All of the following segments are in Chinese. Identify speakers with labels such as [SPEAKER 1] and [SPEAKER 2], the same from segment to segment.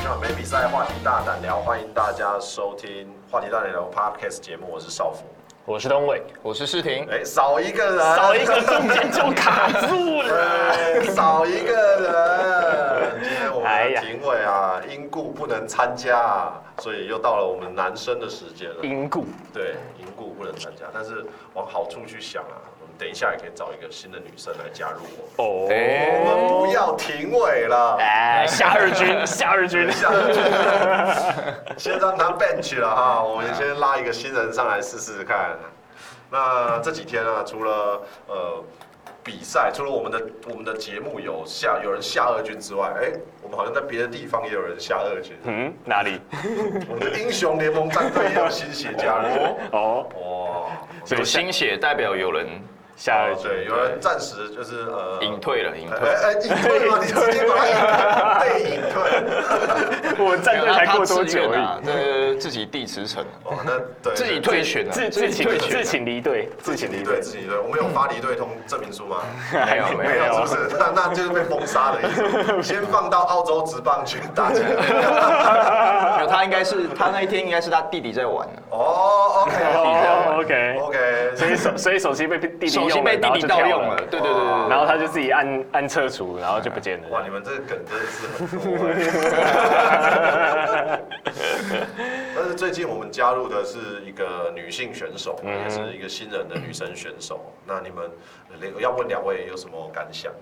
[SPEAKER 1] 今晚没比赛，话题大胆聊，欢迎大家收听《话题大胆聊》Podcast 节目，我是少福。
[SPEAKER 2] 我是东伟，
[SPEAKER 3] 我是世廷，
[SPEAKER 1] 哎、少一个人，
[SPEAKER 2] 少一个中间就卡 住了。
[SPEAKER 1] 对，少一个人。今天我
[SPEAKER 2] 哎
[SPEAKER 1] 们的
[SPEAKER 2] 呀
[SPEAKER 1] 评委啊，因故不能参加，所以又到了我们男生的时间了。
[SPEAKER 2] 因故
[SPEAKER 1] 对，因故不能参加，但是往好处去想啊，我们等一下也可以找一个新的女生来加入我们。
[SPEAKER 2] 哦，
[SPEAKER 3] 哎
[SPEAKER 1] 我们不要评委了，
[SPEAKER 2] 哎，夏日军，夏日军
[SPEAKER 1] 等一，下 先让他 bench 了哈，我们先拉一个新人上来试试看。那这几天啊，除了呃比赛，除了我们的我们的节目有下有人下二军之外，哎、我们好像在别的地方也有人下二军，
[SPEAKER 2] 嗯，哪里？
[SPEAKER 1] 我们的英雄联盟战队也有新血加 入，
[SPEAKER 2] 哦，
[SPEAKER 1] 哇！
[SPEAKER 2] 对
[SPEAKER 3] 有新血代表有人
[SPEAKER 2] 夏日军，
[SPEAKER 1] 对，有人暂时就是呃
[SPEAKER 3] 隐退了，隐
[SPEAKER 1] 哎
[SPEAKER 3] 退。
[SPEAKER 1] 哎，隐退吗？你直接把他隐退被隐 退。
[SPEAKER 2] 我战队才过多
[SPEAKER 3] 自愿
[SPEAKER 2] 久而
[SPEAKER 3] 啊
[SPEAKER 2] 已？？
[SPEAKER 3] 这自己地驰骋，
[SPEAKER 1] 哦，那对
[SPEAKER 3] 自己退选啊，
[SPEAKER 2] 自自
[SPEAKER 3] 己
[SPEAKER 2] 请
[SPEAKER 3] 退
[SPEAKER 2] 自
[SPEAKER 3] 选
[SPEAKER 2] 请离队，自请
[SPEAKER 1] 离
[SPEAKER 2] 离
[SPEAKER 1] 队，
[SPEAKER 2] 队，
[SPEAKER 1] 自己离队。我们有发离队通证明书吗？
[SPEAKER 3] 啊， 没有没
[SPEAKER 1] 嗯 没
[SPEAKER 3] 有，
[SPEAKER 1] 有，是不是？那那就是被封杀的意思。先放到澳洲职棒去打起来。
[SPEAKER 3] 没有他应该是他那一天应该是他弟弟在玩啊
[SPEAKER 1] 哦
[SPEAKER 2] 哦，OK，
[SPEAKER 1] ，OK，OK，
[SPEAKER 2] 所以手所以手机被弟弟
[SPEAKER 3] 手机
[SPEAKER 2] 用了
[SPEAKER 3] 被弟
[SPEAKER 2] 然后
[SPEAKER 3] 弟
[SPEAKER 2] 就
[SPEAKER 3] 盗
[SPEAKER 2] 跳
[SPEAKER 3] 用了，对对对对
[SPEAKER 2] 然
[SPEAKER 3] 对。
[SPEAKER 2] 后他就自己按按撤除，然后就不见了。
[SPEAKER 1] 哇，你们这个梗真的是很多 欸。但是最近我们加入的是一个女性选手，也是一个新人的女生选手。那你们呃要问两位有什么感想？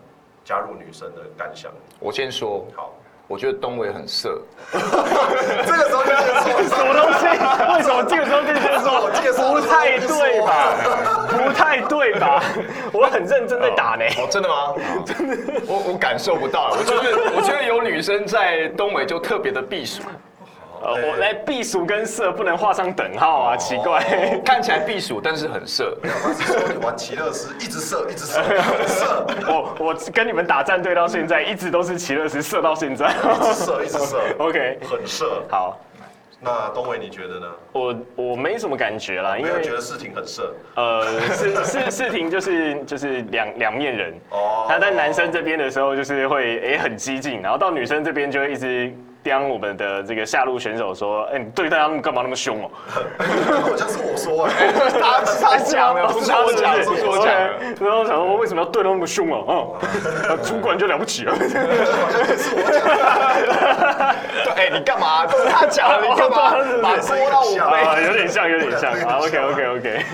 [SPEAKER 1] 加入女生的感想？
[SPEAKER 3] 我先说，
[SPEAKER 1] 好，
[SPEAKER 3] 我觉得东伟很色，
[SPEAKER 1] 这个时候就先
[SPEAKER 2] 什
[SPEAKER 1] 说。
[SPEAKER 2] 么东西？为什么哦这个时候跟你
[SPEAKER 1] 我介绍
[SPEAKER 2] 说？
[SPEAKER 1] 的
[SPEAKER 2] 不
[SPEAKER 1] 时候
[SPEAKER 2] 太
[SPEAKER 1] 就说
[SPEAKER 2] 对吧？不太对吧？我很认真在打呢。
[SPEAKER 3] 哦，真的吗？ 真的，我我感受不到，啊我就是我觉得有女生在东伟就特别的避暑，
[SPEAKER 2] 呃，我来避暑跟色不能画上等号啊，奇怪。
[SPEAKER 3] 看起来避暑，但是很色。
[SPEAKER 1] 他是说你玩奇乐斯一直射，一直射，一直射，
[SPEAKER 2] 我我跟你们打战队到现在，一直都是奇乐石射到现在。
[SPEAKER 1] 一直射，一直射，
[SPEAKER 2] OK，
[SPEAKER 1] 很射。
[SPEAKER 2] 好，
[SPEAKER 1] 那东伟你觉得呢？
[SPEAKER 2] 我我没什么感觉啦，因
[SPEAKER 1] 没有觉
[SPEAKER 2] 为
[SPEAKER 1] 得事情很射
[SPEAKER 2] 呃，是是世廷就是就是两两面人。
[SPEAKER 1] 哦。
[SPEAKER 2] 他在男生这边的时候，就是会诶、很激进，然后到女生这边就会一直刁我们的这个下路选手说，哎、你对待他们干嘛那么凶哦、
[SPEAKER 1] 好像是我说哎，
[SPEAKER 3] 他他讲的，
[SPEAKER 2] 哦
[SPEAKER 3] 不是
[SPEAKER 2] 吗
[SPEAKER 3] 我讲的，
[SPEAKER 2] 是
[SPEAKER 3] 不
[SPEAKER 2] 不
[SPEAKER 3] 是
[SPEAKER 2] 是
[SPEAKER 3] 我讲的。
[SPEAKER 2] OK，然后我想说为什么 要对他那么凶 哦、哦，主管就了不起了，
[SPEAKER 3] 对，哎、你干嘛？这是他讲的，你干嘛
[SPEAKER 2] 哦对
[SPEAKER 3] 把说到我
[SPEAKER 1] 对
[SPEAKER 2] 啊，
[SPEAKER 3] 背？
[SPEAKER 2] 有点像，有 点像啊。OK OK OK，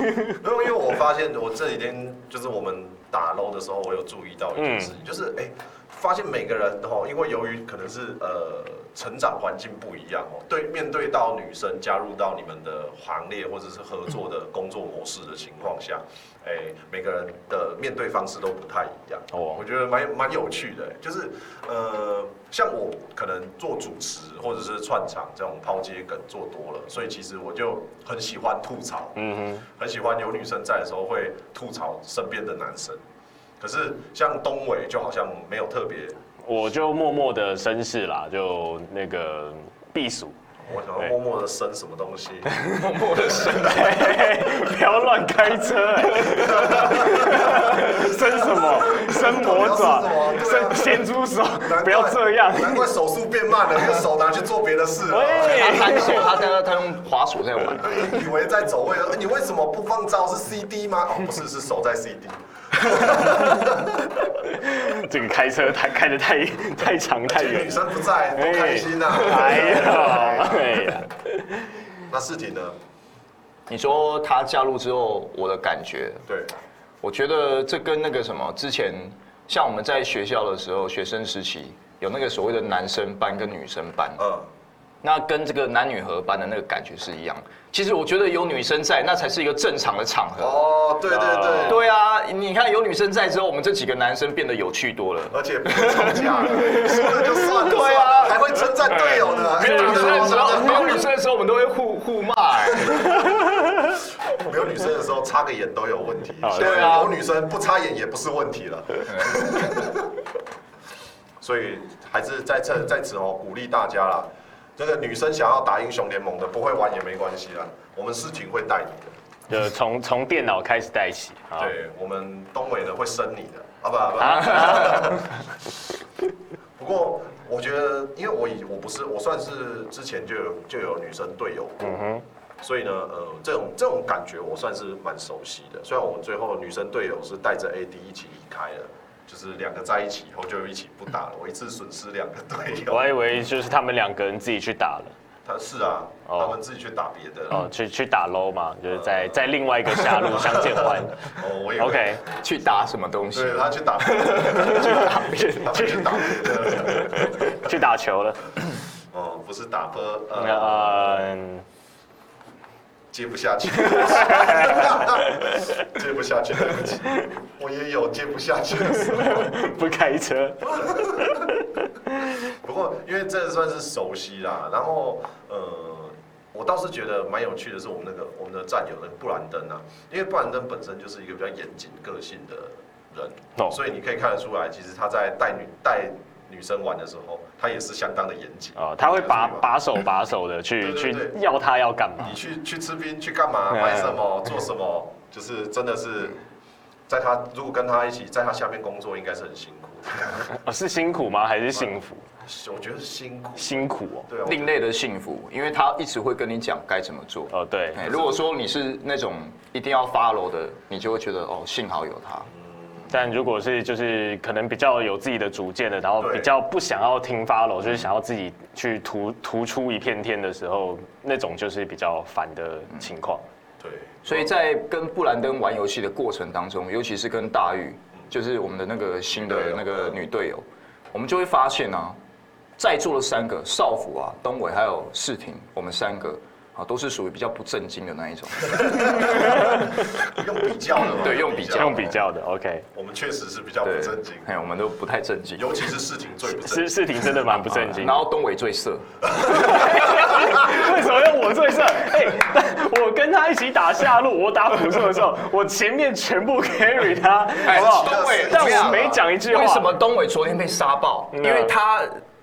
[SPEAKER 1] 没有，因为我发现我这几天就是我们打 low 的时候，我有注意到一件事情，就是哎、发现每个人哦，因为由于可能是呃成长环境不一样哦，对，面对到女生加入到你们的行列或者是合作的工作模式的情况下，哎、每个人的面对方式都不太一样。
[SPEAKER 2] 哦
[SPEAKER 1] 我觉得蛮蛮有趣的，就是呃，像我可能做主持或者是串场这种抛接梗做多了，所以其实我就很喜欢吐槽。
[SPEAKER 2] 嗯哼，
[SPEAKER 1] 很喜欢有女生在的时候会吐槽身边的男生，可是像东伟就好像没有特别，
[SPEAKER 2] 我就默默的绅士啦，就那个避暑。
[SPEAKER 1] 我想要默默的生什么东 西，
[SPEAKER 3] 默默的生，
[SPEAKER 2] 不要乱开 车、哎生什么？生魔
[SPEAKER 1] 到
[SPEAKER 2] 爪
[SPEAKER 1] 底要生什么？对啊
[SPEAKER 2] 生咸猪手
[SPEAKER 1] 难怪？
[SPEAKER 2] 不要这样！
[SPEAKER 1] 难怪手速变慢了，因为手拿去做别的事 了。
[SPEAKER 3] 他
[SPEAKER 2] 喂，
[SPEAKER 3] 单手，他他他用滑鼠在玩。
[SPEAKER 1] 以为在走位，哎你为什么不放招？是 CD 吗？哦，不是，是手在 CD。
[SPEAKER 2] 这个开车太开的太太长太远
[SPEAKER 1] 女。生不在，多开心呐、
[SPEAKER 2] 哎
[SPEAKER 1] 啊！
[SPEAKER 2] 呀，哎呀，
[SPEAKER 1] 那事情呢？
[SPEAKER 3] 你说他加入之后，我的感觉，
[SPEAKER 1] 对，
[SPEAKER 3] 我觉得这跟那个什么，之前像我们在学校的时候，学生时期有那个所谓的男生班跟女生班，
[SPEAKER 1] 嗯，
[SPEAKER 3] 那跟这个男女合班的那个感觉是一样。其实我觉得有女生在，那才是一个正常的场合。
[SPEAKER 1] 哦，对对对，
[SPEAKER 3] 对啊，你看有女生在之后，我们这几个男生变得有趣多了。
[SPEAKER 1] 而且不会吵架，输了就算了，
[SPEAKER 3] 对啊
[SPEAKER 1] 还会称赞队友呢，
[SPEAKER 3] 哎
[SPEAKER 1] 哎
[SPEAKER 3] 没有女生的时候，没
[SPEAKER 1] 没有
[SPEAKER 3] 有女生的时候，我们都会互互骂、哎
[SPEAKER 1] 没有女生的时候插个眼都有问题，
[SPEAKER 2] 好
[SPEAKER 1] 现在
[SPEAKER 3] 对啊
[SPEAKER 1] 有女生不插眼也不是问题了。 所以还是在这在此哦，鼓励大家啦，这个女生想要打英雄联盟的，不会玩也没关系啦，我们事情会带你的，
[SPEAKER 2] 就从从电脑开始带起。好，
[SPEAKER 1] 对我们东伟呢 会生你的，啊不啊不。不过我觉得，因为我以我不是我算是之前就有就有女生队友过，
[SPEAKER 2] 嗯
[SPEAKER 1] 所以呢，呃，这种这种感觉我算是蛮熟悉的。虽然我最后女生队友是带着 AD 一起离开了，就是两个在一起以后就一起不 打了，我一次损失两个队
[SPEAKER 2] 我
[SPEAKER 1] 友。
[SPEAKER 2] 还以为就是他们两个人自己去打了，
[SPEAKER 1] 他是啊，
[SPEAKER 2] 哦
[SPEAKER 1] 他们自己去打别的了。
[SPEAKER 2] 哦，去去打 low 嘛，就是在在另外一个下路相见 欢。
[SPEAKER 1] 哦，我也
[SPEAKER 2] OK，
[SPEAKER 3] 去打什么东西？
[SPEAKER 1] 对他去打别 的，他们去打别的，
[SPEAKER 2] 去打球了。
[SPEAKER 1] 哦，不是打波，呃，
[SPEAKER 2] 嗯，
[SPEAKER 1] 接不下去，接不下去，对不起，我也有接不下去的时候。
[SPEAKER 2] 嗯 不开车。
[SPEAKER 1] 不过因为这算是熟悉啦，然后呃，我倒是觉得蛮有趣的是我们那个我们的战友那个布兰登啊，因为布兰登本身就是一个比较严谨个性的人，
[SPEAKER 2] 哦
[SPEAKER 1] 所以你可以看得出来，其实他在带女带女生玩的时候，他也是相当的严谨
[SPEAKER 2] 哦，他会把
[SPEAKER 1] 对吧
[SPEAKER 2] 把手把手的去
[SPEAKER 1] 对对
[SPEAKER 2] 去
[SPEAKER 1] 对
[SPEAKER 2] 要他要干嘛
[SPEAKER 1] 你？去去吃冰去干嘛
[SPEAKER 2] 嗯
[SPEAKER 1] 买什么做什 么，就是真的是。在他如果跟他一起在他下面工作，应该是很辛苦
[SPEAKER 2] 哦，是辛苦吗？还是幸福？
[SPEAKER 1] 的。我觉得是辛苦，
[SPEAKER 2] 辛苦哦。
[SPEAKER 1] 对啊，我觉
[SPEAKER 3] 另类的幸福，因为他一直会跟你讲该怎么做。
[SPEAKER 2] 哦，对，
[SPEAKER 3] 哎，如果说你是那种一定要 follow 的，你就会觉得哦，幸好有他。
[SPEAKER 2] 但如果是就是可能比较有自己的主见的，然后
[SPEAKER 1] 对
[SPEAKER 2] 比较不想要听 follow，就是想要自己去突突出一片天的时候，那种就是比较烦的情况。
[SPEAKER 1] 对，
[SPEAKER 3] 所以在跟布兰登玩游戏的过程当中，尤其是跟大玉，就是我们的那个新的那个女队友，我们就会发现啊，在座的三个少辅啊、东伟还有世廷，我们三个啊都是属于比较不正经的那一种。
[SPEAKER 1] 用比较的嘛，
[SPEAKER 3] 对用比较
[SPEAKER 2] 用比较的，OK，
[SPEAKER 1] 我们确实是比较不正经，
[SPEAKER 3] 哎，我们都不太正经。
[SPEAKER 1] 尤其是事情最不正经。
[SPEAKER 2] 是是挺真的蛮不正经的
[SPEAKER 3] 然。后东伟最色，
[SPEAKER 2] 为什么要我最色？哎、我跟他一起打下路，我打辅助的时候，我前面全部 carry 他，好不好？
[SPEAKER 1] 东伟
[SPEAKER 2] 哎但
[SPEAKER 1] 这
[SPEAKER 2] 我
[SPEAKER 1] 样
[SPEAKER 2] 没讲一句话。
[SPEAKER 3] 为什么东伟昨天被杀爆？因
[SPEAKER 2] 嗯
[SPEAKER 3] 为他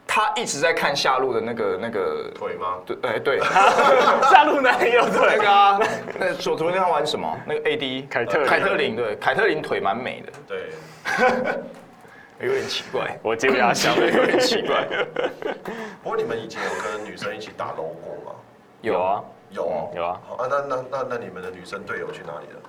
[SPEAKER 3] 他一直在看下路的那个那个，
[SPEAKER 1] 腿吗？
[SPEAKER 3] 对，哎 对，
[SPEAKER 2] 下路哪里有
[SPEAKER 3] 那
[SPEAKER 2] 对？
[SPEAKER 3] 个啊，那昨昨天他玩什么？那个 AD
[SPEAKER 2] 凯特琳
[SPEAKER 3] 凯特琳对，凯特琳腿蛮美的，
[SPEAKER 1] 对，
[SPEAKER 3] 有点奇怪，
[SPEAKER 2] 我接不下去，
[SPEAKER 3] 有点奇 怪。
[SPEAKER 1] 不过你们以前有跟女生一起打 l 过吗？
[SPEAKER 2] 有啊，
[SPEAKER 1] 有哦
[SPEAKER 2] 有 啊。
[SPEAKER 1] 好啊，那那那那你们的女生队友去哪里了？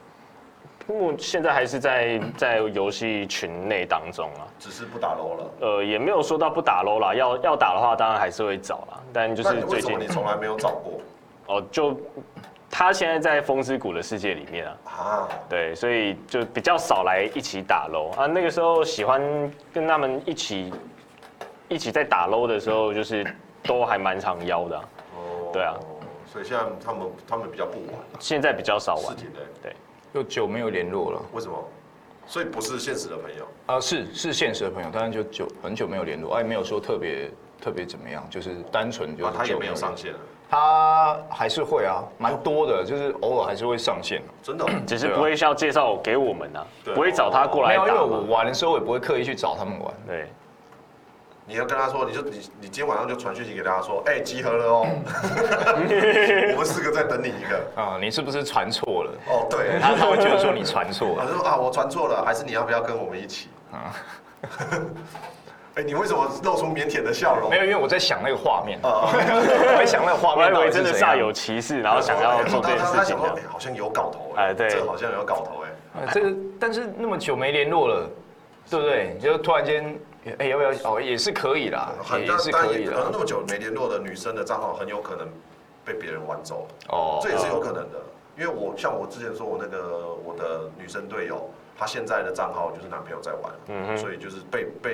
[SPEAKER 2] 我现在还是在在游戏群内当中啊，
[SPEAKER 1] 只是不打 l 了。
[SPEAKER 2] 呃，也没有说到不打 low 啦，要要打的话，当然还是会找啦，但就
[SPEAKER 1] 那
[SPEAKER 2] 是
[SPEAKER 1] 你为
[SPEAKER 2] 最
[SPEAKER 1] 什
[SPEAKER 2] 近
[SPEAKER 1] 么你从来没有找过
[SPEAKER 2] 哦，就他现在在风之谷的世界里面啊，
[SPEAKER 1] 啊？
[SPEAKER 2] 对，所以就比较少来一起打 low 啊。那个时候喜欢跟他们一起一起在打 low 的时候，就是都还蛮常邀的啊、
[SPEAKER 1] 哦
[SPEAKER 2] 对啊。
[SPEAKER 1] 所以现在他们他们比较不玩
[SPEAKER 2] 现在比较少
[SPEAKER 1] 事
[SPEAKER 2] 玩。
[SPEAKER 1] 情的，
[SPEAKER 2] 对，
[SPEAKER 3] 又久没有联络了，
[SPEAKER 1] 为什么？所以不是现实的朋友。
[SPEAKER 3] 啊，是是现实的朋友，但是就久很久没有联络，哎，没有说特别特别怎么样，就是单纯就
[SPEAKER 1] 啊，
[SPEAKER 3] 是
[SPEAKER 1] 他也
[SPEAKER 3] 久
[SPEAKER 1] 没有
[SPEAKER 3] 联络
[SPEAKER 1] 上，线啊，
[SPEAKER 3] 他还是会啊，蛮多
[SPEAKER 2] 哦
[SPEAKER 3] 的，就是偶尔还是会上线。
[SPEAKER 1] 真的哦。
[SPEAKER 2] 只是不会要介绍给我们啊，
[SPEAKER 1] 对啊
[SPEAKER 2] 不会找他过
[SPEAKER 3] 没
[SPEAKER 2] 来
[SPEAKER 3] 有，因为
[SPEAKER 2] 打
[SPEAKER 3] 我
[SPEAKER 2] 嘛。
[SPEAKER 3] 玩的时候我也不会刻意去找他们玩，
[SPEAKER 2] 对，
[SPEAKER 1] 你要跟他说，你就你你今天晚上就传讯息给大家说， 哎，集合了哦， 我们四个在等你一个。
[SPEAKER 3] 啊，你是不是传错了？
[SPEAKER 1] 哦，对，
[SPEAKER 3] 他他会觉得说你传错
[SPEAKER 1] 我
[SPEAKER 2] 哦
[SPEAKER 3] 了，
[SPEAKER 1] 说啊，我传错了，还是你要不要跟我们一起？啊， 哎，你为什么露出腼腆的笑容
[SPEAKER 3] 没？有，因为我在想那个画面，
[SPEAKER 1] 啊，
[SPEAKER 3] 我在想那个画
[SPEAKER 2] 哦我
[SPEAKER 3] 面
[SPEAKER 2] 还以
[SPEAKER 3] 到
[SPEAKER 2] 为
[SPEAKER 3] 底
[SPEAKER 2] 真
[SPEAKER 3] 是啊
[SPEAKER 2] 的
[SPEAKER 3] 怎
[SPEAKER 2] 煞
[SPEAKER 3] 样。
[SPEAKER 2] 有其事，然后想要做这件
[SPEAKER 1] 他
[SPEAKER 2] 事
[SPEAKER 1] 他
[SPEAKER 2] 情
[SPEAKER 1] 想说，
[SPEAKER 2] 的
[SPEAKER 1] 哎，。好像有搞头哎，
[SPEAKER 2] 哎对
[SPEAKER 1] 这好像有搞头哎，
[SPEAKER 3] 啊，这个但是那么久没联络了，对不对？就突然间，哎、要不要？哦，也是可以啦，也也是可以
[SPEAKER 1] 可能
[SPEAKER 3] 啦。
[SPEAKER 1] 那么久没联络的女生的账号，很有可能被别人玩走，
[SPEAKER 3] 哦
[SPEAKER 1] 这也是有可能的。因为我像我之前说，我那个我的女生队友，她现在的账号就是男朋友在玩，所以就是被被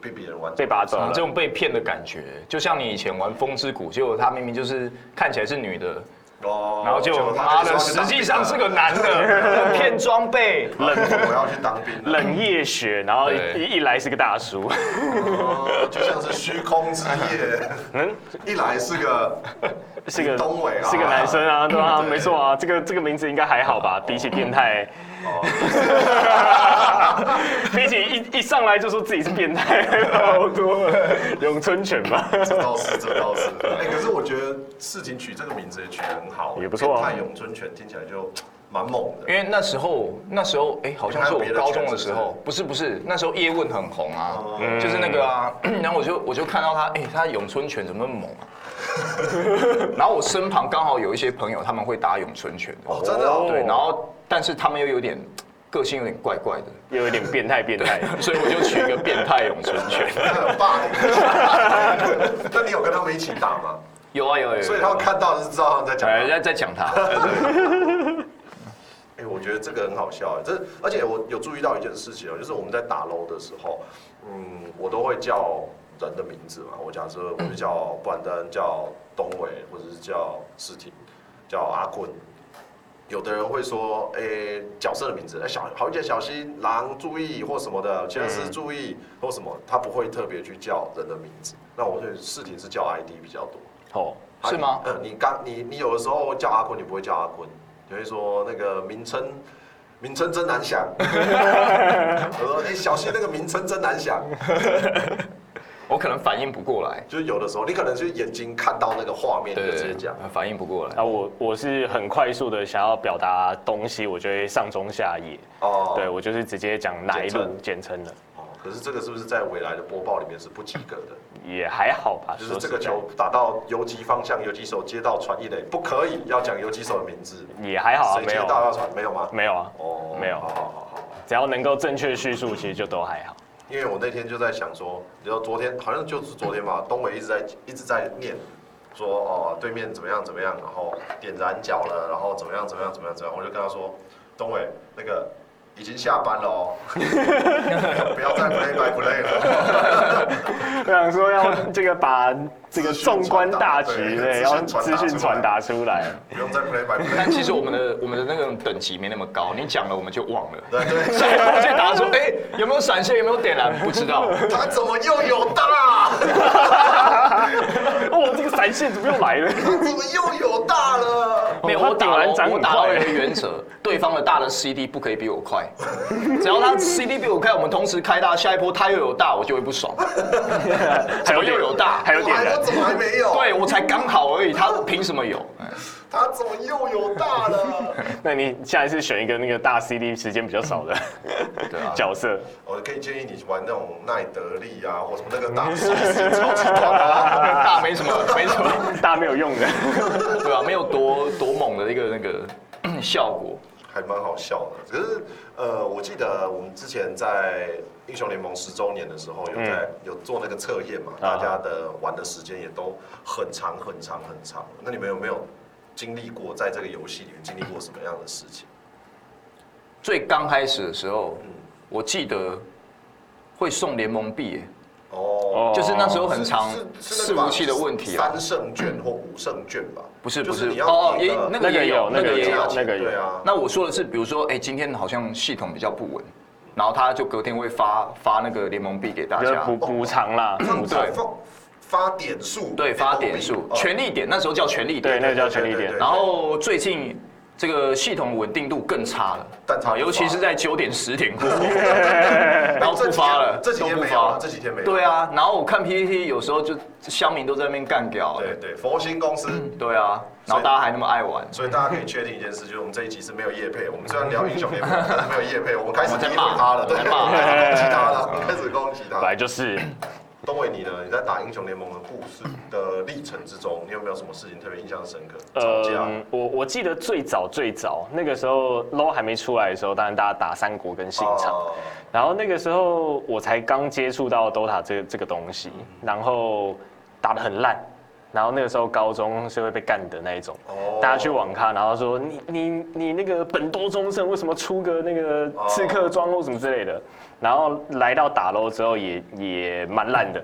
[SPEAKER 1] 被别人玩走
[SPEAKER 2] 被拔走
[SPEAKER 3] 啊
[SPEAKER 2] 了，
[SPEAKER 3] 这种嗯被骗的感觉，就像你以前玩《风之谷》，结果他明明就是看起来是女的，
[SPEAKER 1] 哦，
[SPEAKER 3] 然后就
[SPEAKER 1] 她
[SPEAKER 3] 妈
[SPEAKER 1] 就
[SPEAKER 3] 的，
[SPEAKER 1] 说
[SPEAKER 3] 实际上是个 男的，骗装备。
[SPEAKER 1] 哦我要去当兵了，
[SPEAKER 2] 冷夜雪，然后
[SPEAKER 3] 对
[SPEAKER 2] 一一来是个大叔，
[SPEAKER 1] 哦，就像是虚空之 夜，
[SPEAKER 2] 嗯，
[SPEAKER 1] 一来是个
[SPEAKER 2] 是个
[SPEAKER 1] 东伟啊
[SPEAKER 2] 是个男生啊，对啊，
[SPEAKER 1] 对
[SPEAKER 2] 没错啊，这个这个名字应该还好吧，比起变态，
[SPEAKER 1] 哦
[SPEAKER 2] 比起一一上来就说自己是变态， 好多了。咏春拳吧，
[SPEAKER 1] 这倒是这倒是，哎、可是我觉得事情取这个名字也取得很好，
[SPEAKER 2] 也不错啊
[SPEAKER 1] 变态咏春拳听起来就蛮猛的。
[SPEAKER 3] 因为那时候，那时候，哎、好像是我
[SPEAKER 1] 你还有别的
[SPEAKER 3] 高中
[SPEAKER 1] 圈
[SPEAKER 3] 的
[SPEAKER 1] 子
[SPEAKER 3] 时
[SPEAKER 1] 是
[SPEAKER 3] 候，不是不是，那时候叶问很红啊，
[SPEAKER 1] 嗯
[SPEAKER 3] 就是那个啊， 然后我就我就看到他，哎、他咏春拳怎么那么猛啊？ 然后我身旁刚好有一些朋友，他们会打咏春拳，
[SPEAKER 1] 哦，真的哦，
[SPEAKER 3] 对，然后但是他们又有点个性有点怪怪的，
[SPEAKER 2] 又有点变态变态。
[SPEAKER 3] 所以我就取一个变态咏春 拳。
[SPEAKER 1] 那很霸凌。那你有跟他们一起打吗？
[SPEAKER 3] 有啊有啊有啊，
[SPEAKER 1] 所以他们看到就知道他们在讲
[SPEAKER 3] 哎在在讲他，对对对
[SPEAKER 1] 哎、我觉得这个很好笑哎，这而且我有注意到一件事情哦，就是我们在打楼的时候，嗯，我都会叫人的名字嘛，我假设我就叫布兰登，叫东伟，或者是叫诗婷，叫阿坤。有的人会说，哎、角色的名字，哎、小好姐小心狼注意或什么的，其他是注意或什么，他不会特别去叫人的名字。那我对诗婷是叫 ID 比较多。
[SPEAKER 2] 哦，
[SPEAKER 3] 是吗
[SPEAKER 1] 嗯，你刚你你有的时候叫阿坤，你不会叫阿坤，你会说那个名称名称真难想。 我说哎、小心那个名称真难想。
[SPEAKER 3] 我可能反应不过来，
[SPEAKER 1] 就是有的时候你可能是眼睛看到那个画面你就直接讲。
[SPEAKER 3] 反应不过来。
[SPEAKER 2] 啊，我我是很快速的想要表达东西，我就会上中下野。
[SPEAKER 1] 哦，
[SPEAKER 2] 对，我就是直接讲哪一
[SPEAKER 1] 简
[SPEAKER 2] 路
[SPEAKER 1] 称
[SPEAKER 2] 简称的，
[SPEAKER 1] 哦。可是这个是不是在未来的播报里面是不及格的？
[SPEAKER 2] 也还好吧。
[SPEAKER 1] 就是
[SPEAKER 2] 说
[SPEAKER 1] 这个
[SPEAKER 2] 实在
[SPEAKER 1] 球打到游击方向，游击手接到传一垒，不可以要讲游击手的名字。
[SPEAKER 2] 也还好啊，
[SPEAKER 1] 谁
[SPEAKER 2] 没
[SPEAKER 1] 接
[SPEAKER 2] 有
[SPEAKER 1] 到要传没有吗？
[SPEAKER 2] 没有啊，
[SPEAKER 1] 哦
[SPEAKER 2] 没有
[SPEAKER 1] 好好好好。
[SPEAKER 2] 只要能够正确叙述，其实就都还 好。
[SPEAKER 1] 因为我那天就在想说，你知道昨天好像就是昨天吧，东伟一直在一直在念，说哦对面怎么样怎么样，然后点燃脚了，然后怎么样怎么样怎么样怎么样，我就跟他说，东伟那个已经下班了哦， 不要再 play by play 了，
[SPEAKER 2] 我想说要这个把这个纵观大局，
[SPEAKER 1] 对
[SPEAKER 2] 对，要
[SPEAKER 1] 资
[SPEAKER 2] 资
[SPEAKER 1] 讯传
[SPEAKER 2] 讯传
[SPEAKER 1] 达
[SPEAKER 2] 达出来。
[SPEAKER 1] 不用再 play by play
[SPEAKER 3] 但。其实我们的我们的那个等级没那么高，你讲了我们就忘了。
[SPEAKER 1] 对对，
[SPEAKER 3] 所以我就答说，哎、有没有闪现？有没有点燃？不知道。
[SPEAKER 1] 他怎么又有大？
[SPEAKER 2] 哦，这个闪现怎么又来了？
[SPEAKER 1] 他怎么又有大了？
[SPEAKER 3] 没有，
[SPEAKER 2] 他
[SPEAKER 3] 我打
[SPEAKER 2] 点燃
[SPEAKER 3] 了
[SPEAKER 2] 长
[SPEAKER 3] 我
[SPEAKER 2] 很
[SPEAKER 3] 打了
[SPEAKER 2] 快
[SPEAKER 3] 一个原则，对方的大的 CD 不可以比我快。只要他 CD 比我快，我们同时开大，下一波他又有大，我就会不爽。
[SPEAKER 2] 还
[SPEAKER 3] 怎么又有大？
[SPEAKER 2] 还有
[SPEAKER 1] 我
[SPEAKER 2] 点
[SPEAKER 1] 还
[SPEAKER 2] 燃
[SPEAKER 1] 我。怎么还没有？
[SPEAKER 3] 对我才刚好而已，他凭什么有？哎
[SPEAKER 1] 他怎么又有大了？
[SPEAKER 2] 那你下一次选一个那个大 CD 时间比较少的
[SPEAKER 3] 对啊，
[SPEAKER 2] 角色，
[SPEAKER 1] 我哦可以建议你玩那种奈德利啊，或什么那个打手是超级 大的。
[SPEAKER 3] 大没什么，没什么，
[SPEAKER 2] 大家没有用 的。
[SPEAKER 3] 对啊，没有多多猛的一个那个 效果。
[SPEAKER 1] 还蛮好笑的。可是呃，我记得我们之前在英雄联盟十周年的时候，有在、
[SPEAKER 3] 嗯
[SPEAKER 1] 有做那个测验
[SPEAKER 3] 啊
[SPEAKER 1] 嘛，大家的玩的时间也都很长很长很长。那你们有没有经历过在这个游戏里面经历过什么样的事情？
[SPEAKER 3] 最刚开始的时候
[SPEAKER 1] 嗯，
[SPEAKER 3] 我记得会送联盟币、哎
[SPEAKER 1] 哦。
[SPEAKER 3] 就是那时候很长
[SPEAKER 1] 是是那
[SPEAKER 3] 伺
[SPEAKER 1] 个吧
[SPEAKER 3] 服器的问题啊，
[SPEAKER 1] 三胜券或五胜券吧？
[SPEAKER 3] 不是
[SPEAKER 1] 就
[SPEAKER 3] 不
[SPEAKER 1] 是
[SPEAKER 3] 是
[SPEAKER 1] 你要
[SPEAKER 3] 哦，
[SPEAKER 1] 赢
[SPEAKER 3] 也
[SPEAKER 1] 了
[SPEAKER 3] 那
[SPEAKER 2] 那
[SPEAKER 3] 个
[SPEAKER 2] 个
[SPEAKER 3] 也
[SPEAKER 2] 也
[SPEAKER 3] 有
[SPEAKER 2] 有
[SPEAKER 3] 那个也
[SPEAKER 2] 那个也
[SPEAKER 3] 有
[SPEAKER 2] 有。那个
[SPEAKER 1] 对啊，
[SPEAKER 3] 那我说的是，比如说，哎，今天好像系统比较不稳，然后他就隔天会发发那个联盟币给大
[SPEAKER 2] 就是
[SPEAKER 3] 家哦
[SPEAKER 2] 补，补偿啦，补偿
[SPEAKER 3] 对。
[SPEAKER 1] 发发点数，
[SPEAKER 3] 对，发点数，
[SPEAKER 1] 哦
[SPEAKER 3] 权力点，那时候叫权力
[SPEAKER 2] 对，
[SPEAKER 3] 点。
[SPEAKER 2] 那个叫权力
[SPEAKER 1] 对对
[SPEAKER 2] 点
[SPEAKER 1] 对。
[SPEAKER 3] 然后最近这个系统稳定度更差了，啊
[SPEAKER 1] 但它不发
[SPEAKER 3] 尤其是在九点十 点过后，然后不发了，
[SPEAKER 1] 哎这几天
[SPEAKER 3] 都不
[SPEAKER 1] 没有
[SPEAKER 3] 发
[SPEAKER 1] 了，这几天没有。
[SPEAKER 3] 对啊，然后我看 PPT 有时候就乡民都在那边干掉，
[SPEAKER 1] 对对，佛心公司。
[SPEAKER 3] 对啊，然后大家还那么爱玩，
[SPEAKER 1] 所以大家可以确定一件事，就是我们这一集是没有叶配。我们虽然聊英雄 联盟，但是没有叶配，我们开始
[SPEAKER 3] 我们在
[SPEAKER 1] 诋毁
[SPEAKER 3] 骂
[SPEAKER 1] 他了，对，
[SPEAKER 3] 我
[SPEAKER 1] 开
[SPEAKER 3] 们
[SPEAKER 1] 始
[SPEAKER 3] 在骂
[SPEAKER 1] 攻击他
[SPEAKER 3] 嗯
[SPEAKER 1] 了，开始攻击
[SPEAKER 2] 本
[SPEAKER 1] 他
[SPEAKER 2] 来。就是，
[SPEAKER 1] 东伟，你呢？你在打英雄联盟的故事的历程之中，你有没有什么事情特别印象深刻？吵架？
[SPEAKER 2] 呃，我我记得最早最早那个时候 LO 还没出来的时候，当然大家打三国跟信长，
[SPEAKER 1] 哦
[SPEAKER 2] 然后那个时候我才刚接触到 DOTA 这这个东西，然后打得很烂，然后那个时候高中是会被干的那一种。
[SPEAKER 1] 哦
[SPEAKER 2] 大家去网咖，然后说你你你那个本多忠胜为什么出个那个刺客装或什么之类的，然后来到打楼之后也也蛮烂的，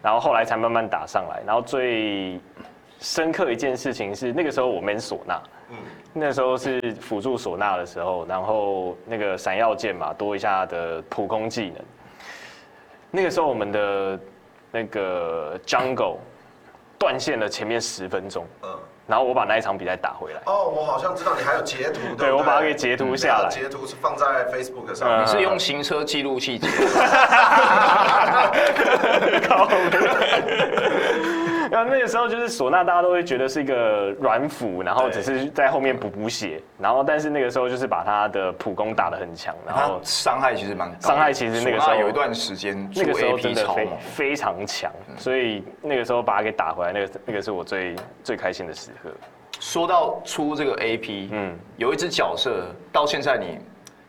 [SPEAKER 2] 然后后来才慢慢打上来，然后最深刻一件事情是那个时候我们唢呐，那时候是辅助唢呐的时候，然后那个闪耀剑嘛，多一下的普攻技能。那个时候我们的那个 Jungle 断线了前面十分钟，
[SPEAKER 1] 嗯，
[SPEAKER 2] 然后我把那一场比赛打回来。
[SPEAKER 1] 哦，我好像知道你还有截图，
[SPEAKER 2] 对，
[SPEAKER 1] 不
[SPEAKER 2] 我把它给截图下来
[SPEAKER 1] 你还。啊有截图是放在 Facebook 上面
[SPEAKER 2] 嗯。
[SPEAKER 3] 是用行车记录 器记录。
[SPEAKER 2] 靠！ 那那个时候就是唢呐，大家都会觉得是一个软辅，然后只是在后面补补血，然后但是那个时候就是把他的普攻打得很强，然
[SPEAKER 3] 它
[SPEAKER 2] 后
[SPEAKER 3] 伤害其实蛮高的，
[SPEAKER 2] 伤害其实那个时候
[SPEAKER 3] 唢呐有一段时间
[SPEAKER 2] 那个时候
[SPEAKER 3] A P
[SPEAKER 2] 真的
[SPEAKER 3] 超
[SPEAKER 2] 非
[SPEAKER 3] 猛，
[SPEAKER 2] 非常强，所以那个时候把他给打回来，那个那个是我最最开心的时刻。
[SPEAKER 3] 说到出这个 AP，嗯，有一只角色到现在你，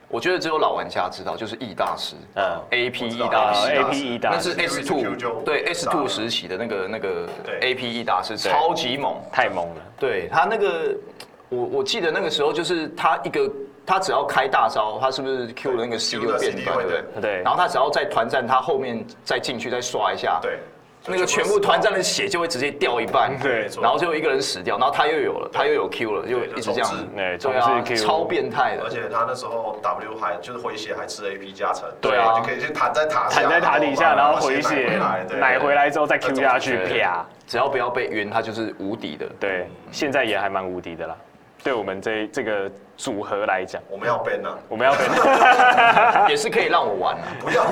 [SPEAKER 3] 我觉得只有老玩家知道，就是易大师，
[SPEAKER 2] 嗯
[SPEAKER 3] 嗯，AP
[SPEAKER 1] 我知
[SPEAKER 3] 易
[SPEAKER 1] 道
[SPEAKER 3] 大
[SPEAKER 1] 啊
[SPEAKER 3] 师。
[SPEAKER 2] ，AP 一 E 大
[SPEAKER 3] 那
[SPEAKER 2] 师
[SPEAKER 3] 是 S
[SPEAKER 1] 就
[SPEAKER 3] two
[SPEAKER 1] 就
[SPEAKER 3] 对
[SPEAKER 1] 就
[SPEAKER 3] S
[SPEAKER 1] 炸
[SPEAKER 3] two
[SPEAKER 1] 了
[SPEAKER 3] 时期的那个那个
[SPEAKER 1] 对
[SPEAKER 3] A P E 大师超级猛，
[SPEAKER 2] 太猛了，
[SPEAKER 3] 对他那个我我记得那个时候就是他一个他只要开大招，他是不是 Q 的那个 C
[SPEAKER 1] ，Q
[SPEAKER 3] 就
[SPEAKER 1] 的
[SPEAKER 3] 变
[SPEAKER 1] CD
[SPEAKER 3] 短
[SPEAKER 1] 会
[SPEAKER 3] 对
[SPEAKER 1] 对
[SPEAKER 3] 不
[SPEAKER 2] 对
[SPEAKER 3] 然后他只要在团战他后面再进去再刷一下，
[SPEAKER 1] 对，
[SPEAKER 3] 那个全部团战的血就会直接掉一半，
[SPEAKER 2] 嗯对没
[SPEAKER 1] 错
[SPEAKER 3] 然后就一个人死掉，然后他又有了，他又有 Q 了，又
[SPEAKER 1] 就
[SPEAKER 3] 一直这样
[SPEAKER 1] 重置，
[SPEAKER 2] 哎
[SPEAKER 3] 对
[SPEAKER 2] 重
[SPEAKER 3] 啊，
[SPEAKER 2] 置 Q
[SPEAKER 3] 超变态
[SPEAKER 1] 而
[SPEAKER 3] 的，
[SPEAKER 1] 且他那时候 W 还就是回血还吃 AP 加成，
[SPEAKER 3] 对啊
[SPEAKER 1] 就可以去躺在塔下
[SPEAKER 2] 躺在塔底下，然后回血奶
[SPEAKER 1] 奶
[SPEAKER 2] 回来之后再 Q 下去，
[SPEAKER 3] 对
[SPEAKER 2] 啪！
[SPEAKER 3] 只要不要被晕，他就是无敌的。
[SPEAKER 2] 对，现在也还蛮无敌的啦。对我们这这个组合来讲，
[SPEAKER 1] 我们要 ban 啊，
[SPEAKER 2] 我们要被
[SPEAKER 3] 也是可以让我玩啊。
[SPEAKER 1] 不要，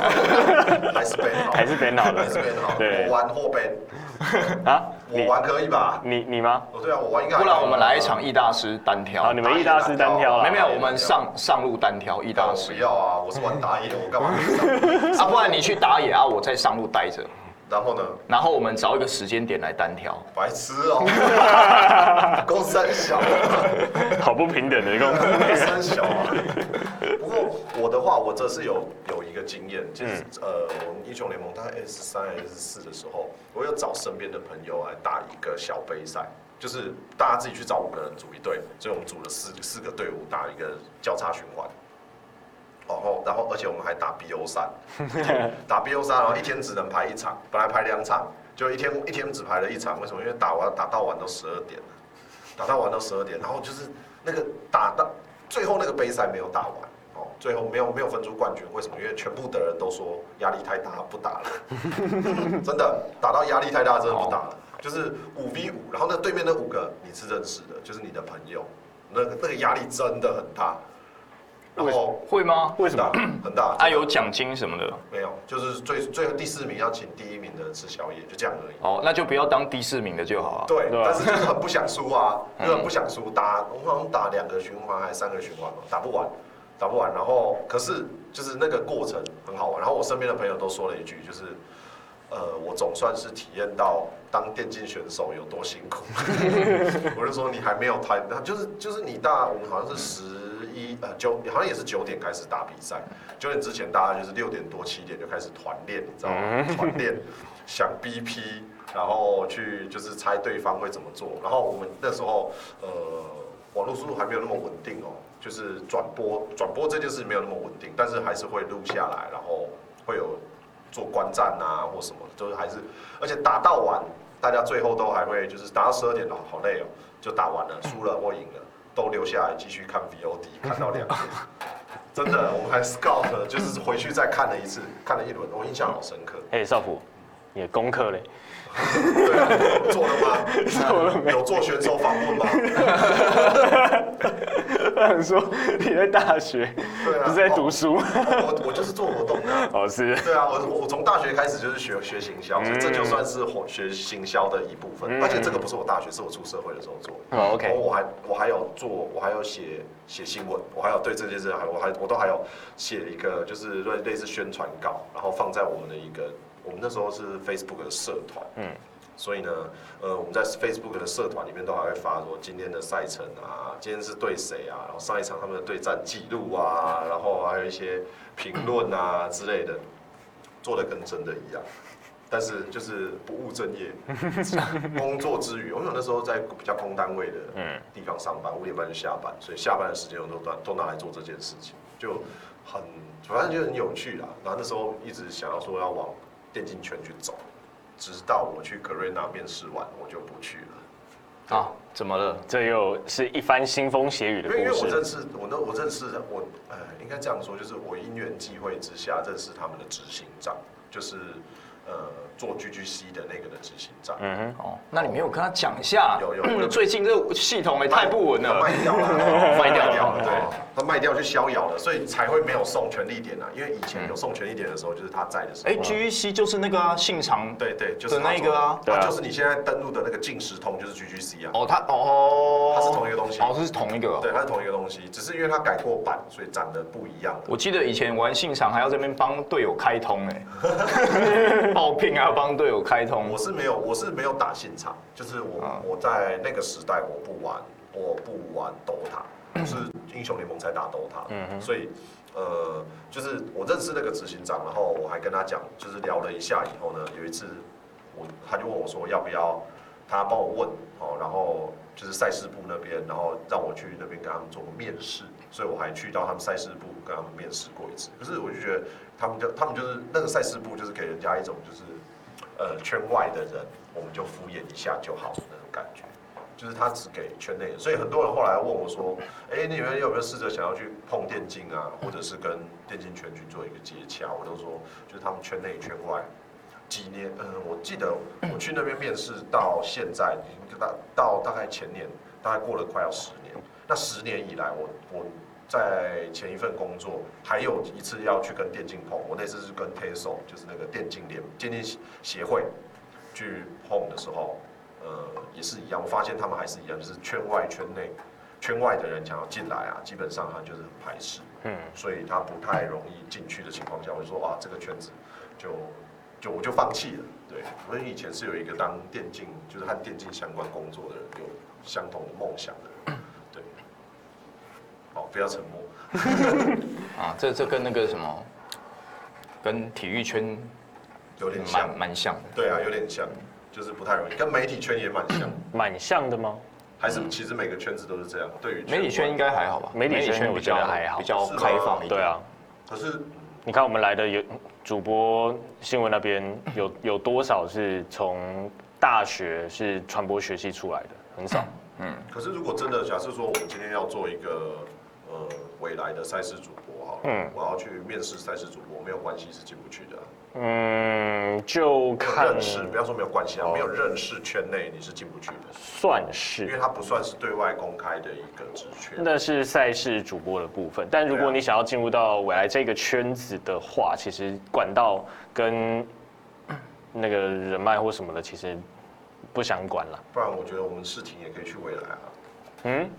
[SPEAKER 1] 还是 ban 好，
[SPEAKER 2] 还是别闹了
[SPEAKER 1] 还是 ban 好，
[SPEAKER 2] 对
[SPEAKER 1] 我玩或 ban，
[SPEAKER 2] 啊，
[SPEAKER 1] 我
[SPEAKER 2] 你
[SPEAKER 1] 玩可以吧？
[SPEAKER 2] 你你吗？
[SPEAKER 1] 哦，对啊，我玩应该还
[SPEAKER 3] 不
[SPEAKER 1] 可以吧。
[SPEAKER 3] 然我们来一场易大师单挑。
[SPEAKER 2] 好，你们一大师单挑啊
[SPEAKER 1] 打
[SPEAKER 2] 了
[SPEAKER 3] 没有，没有，我们上上路单挑易
[SPEAKER 1] 但
[SPEAKER 3] 大
[SPEAKER 1] 我
[SPEAKER 3] 师
[SPEAKER 1] 不要啊，我是玩打野，我干嘛？
[SPEAKER 3] 啊，不然你去打野啊，我在上路待着，
[SPEAKER 1] 然后呢？
[SPEAKER 3] 然后我们找一个时间点来单挑。
[SPEAKER 1] 白痴 哦、公三小，
[SPEAKER 2] 好不平等的一个。
[SPEAKER 1] 公三小啊。不过我的话，我这是有有一个经验，就是、呃，我们英雄联盟大概 S 三 S 四的时候，我有找身边的朋友来打一个小杯赛，就是大家自己去找五个人组一队，所以我们组了四四个队伍打一个交叉循环。然后，然后，而且我们还打 BO 三，打 BO 三，然后一天只能排一场，本来排两场，就一天一天只排了一场。为什么？因为打完打到晚都十二点了，打到晚都十二点，然后就是那个打到最后那个杯赛没有打完哦，最后没有没有分出冠军。为什么？因为全部的人都说压力太大，不打了。 真的打到压力太大，真的不打了。
[SPEAKER 2] 哦
[SPEAKER 1] 就是五 v 五，然后那对面那五个你是认识的，就是你的朋友，那个那个压力真的很大。然后
[SPEAKER 3] 会吗？
[SPEAKER 2] 为什么？
[SPEAKER 1] 很大很大？
[SPEAKER 3] 啊，有奖金什么的
[SPEAKER 1] 没有，就是最最后第四名要请第一名的吃宵夜，就这样而已。
[SPEAKER 3] 哦，那就不要当第四名的就好啊。
[SPEAKER 1] 对，
[SPEAKER 2] 对啊
[SPEAKER 1] 但是就是很不想输啊，就是很不想输，打我们好像打两个循环还是三个循环嘛，打不完，打不完。然后可是就是那个过程很好玩。然后我身边的朋友都说了一句，就是呃，我总算是体验到当电竞选手有多辛苦。我就说你还没有谈，那就是就是你大我们好像是十一呃九，好像也是九点开始打比赛，九点之前大家就是六点多七点就开始团练，你知道吗？团练想 BP，然后去就是猜对方会怎么做，然后我们那时候呃网络速度还没有那么稳定哦，就是转播转播这件事没有那么稳定，但是还是会录下来，然后会有做观战啊或什么的，就是还是，而且打到完，大家最后都还会就是打到十二点了，好累哦，就打完了，输了或赢了，都留下来继续看 VOD，看到两点。真的，我们还 scout 了就是回去再看了一次，看了一轮，我印象好深 刻。
[SPEAKER 2] 哎，少辅，你的功课嘞？
[SPEAKER 1] 对啊，做了吗？ 做了有做选手访问吗？
[SPEAKER 2] 他想说你在大学，
[SPEAKER 1] 对啊
[SPEAKER 2] 不是在读书？
[SPEAKER 1] 我我就是做活动的啊。
[SPEAKER 2] 哦，是。
[SPEAKER 1] 对啊，我我从大学开始就是学学行销，所以这就算是我学行销的一部分。而且这个不是我大学，是我出社会的时候做。
[SPEAKER 2] 哦，OK
[SPEAKER 1] 然后我还我还有做，我还有写写新闻，我还有对这件事还我还我都还有写一个就是类类似宣传稿，然后放在我们的一个我们那时候是 Facebook 的社团，嗯。所以呢，呃，我们在 Facebook 的社团里面都还会发说今天的赛程啊，今天是对谁啊，然后上一场他们的对战记录啊，然后还有一些评论啊之类的，做的跟真的一样。但是就是不务正业，工作之余，我 有那时候在比较空单位的地方上班，五点半就下班，所以下班的时间我都拿都拿来做这件事情，就很反正就很有趣啦。然后那时候一直想要说要往电竞圈去走，直到我去格瑞纳面试完，我就不去了。
[SPEAKER 3] 啊，怎么了？
[SPEAKER 2] 这又是一番腥风血雨的
[SPEAKER 1] 因为因为
[SPEAKER 2] 故
[SPEAKER 1] 我
[SPEAKER 2] 事
[SPEAKER 1] 认。识我那我认识的我呃应该这样说，就是我因缘际会之下认识他们的执行长，就是呃做 GGC 的那个的执行长，
[SPEAKER 2] 嗯
[SPEAKER 3] 哦，那你没有跟他讲一下？
[SPEAKER 1] 有有
[SPEAKER 3] 嗯
[SPEAKER 1] 有
[SPEAKER 3] 最近这个系统也太不 稳
[SPEAKER 1] 他
[SPEAKER 3] 了。
[SPEAKER 1] 卖掉了， 他卖
[SPEAKER 3] 掉了
[SPEAKER 2] 哦
[SPEAKER 1] 掉了， 对，他卖掉去逍遥了，所以才会没有送权力点啊，因为以前有送权力点的时候，就是他在的
[SPEAKER 2] 嗯
[SPEAKER 1] 时候。
[SPEAKER 3] 哎，GEC 就是那个啊，信长
[SPEAKER 1] 对对，就是
[SPEAKER 3] 的那个啊
[SPEAKER 1] 他
[SPEAKER 2] 对啊
[SPEAKER 1] 就是你现在登录的那个进时通，就是 GGC 啊，
[SPEAKER 3] 哦，他哦，
[SPEAKER 1] 它是同一个东西
[SPEAKER 3] 哦，是同一个哦。
[SPEAKER 1] 对，它是同一个东西，只是因为它改过版，所以长得不一样了。
[SPEAKER 3] 我记得以前玩信长还要这边帮队友开 通哎，爆聘还要帮队友开通
[SPEAKER 1] 哦我。是没有，我是没有打现场，就是我、我在那个时代我不玩，我不玩 DOTA，我是英雄联盟才打 DOTA，、所以呃，就是我认识那个执行长，然后我还跟他讲，就是聊了一下以后呢，有一次我他就问我说要不要他帮我问哦，然后就是赛事部那边，然后让我去那边跟他们做个面试，所以我还去到他们赛事部跟他们面试过一次。可是我就觉得他们就他们就是那个赛事部就是给人家一种就是呃圈外的人，我们就敷衍一下就好的那种感觉。就是他只给圈内人，所以很多人后来问我说：“哎、你们有没有试着想要去碰电竞啊，或者是跟电竞圈去做一个接洽？”我都说，就是他们圈内圈外几年，嗯，我记得我去那边面试到现在，已经到到大概前年，大概过了快要十年。那十年以来，我我在前一份工作，还有一次要去跟电竞碰，我那次是跟 TESO，就是那个电竞联电竞协会去碰的时候，呃，也是一样，我发现他们还是一样，就是圈外圈内。圈外的人想要进来啊，基本上他就是很排斥，嗯，所以他不太容易进去的情况下，我就说啊，这个圈子就就我就放弃了。对，我以前是有一个当电竞，就是和电竞相关工作的人，有相同的梦想的人。对，好，不要沉默。
[SPEAKER 3] 啊，这这跟那个什么，跟体育圈
[SPEAKER 1] 有点像
[SPEAKER 3] 蛮，蛮像的。
[SPEAKER 1] 对啊，有点像，就是不太容易，跟媒体圈也蛮
[SPEAKER 3] 嗯
[SPEAKER 1] 像，
[SPEAKER 2] 蛮像的吗？
[SPEAKER 1] 还是其实每个圈子都是这样。对于
[SPEAKER 3] 媒体圈应该还好吧？
[SPEAKER 2] 媒体圈我
[SPEAKER 3] 比
[SPEAKER 2] 觉
[SPEAKER 3] 较
[SPEAKER 2] 得还好
[SPEAKER 3] 比较
[SPEAKER 1] 是吗
[SPEAKER 3] 开放一点。
[SPEAKER 2] 对啊，
[SPEAKER 1] 可是
[SPEAKER 2] 你看我们来的有主播新闻那边有有多少是从大学是传播学系出来的，很少。
[SPEAKER 1] 可是如果真的假设说我们今天要做一个呃未来的赛事主播好了，
[SPEAKER 2] 嗯
[SPEAKER 1] 我要去面试赛事主播，没有关系是进不去的啊、
[SPEAKER 2] 嗯，就
[SPEAKER 1] 没有
[SPEAKER 2] 看
[SPEAKER 1] 认识，不要说没有关系啊，
[SPEAKER 3] 哦
[SPEAKER 1] 没有认识圈内你是进不去的，
[SPEAKER 2] 算
[SPEAKER 1] 因为
[SPEAKER 2] 是。
[SPEAKER 1] 它不算是对外公开的一个职缺。
[SPEAKER 2] 那是赛事主播的部分，但如
[SPEAKER 1] 对
[SPEAKER 2] 果
[SPEAKER 1] 啊
[SPEAKER 2] 你想要进入到未来这个圈子的话，其实管道跟那个人脉或什么的，其实不相关了。
[SPEAKER 1] 不然我觉得我们事情也可以去未来啊。
[SPEAKER 2] 嗯，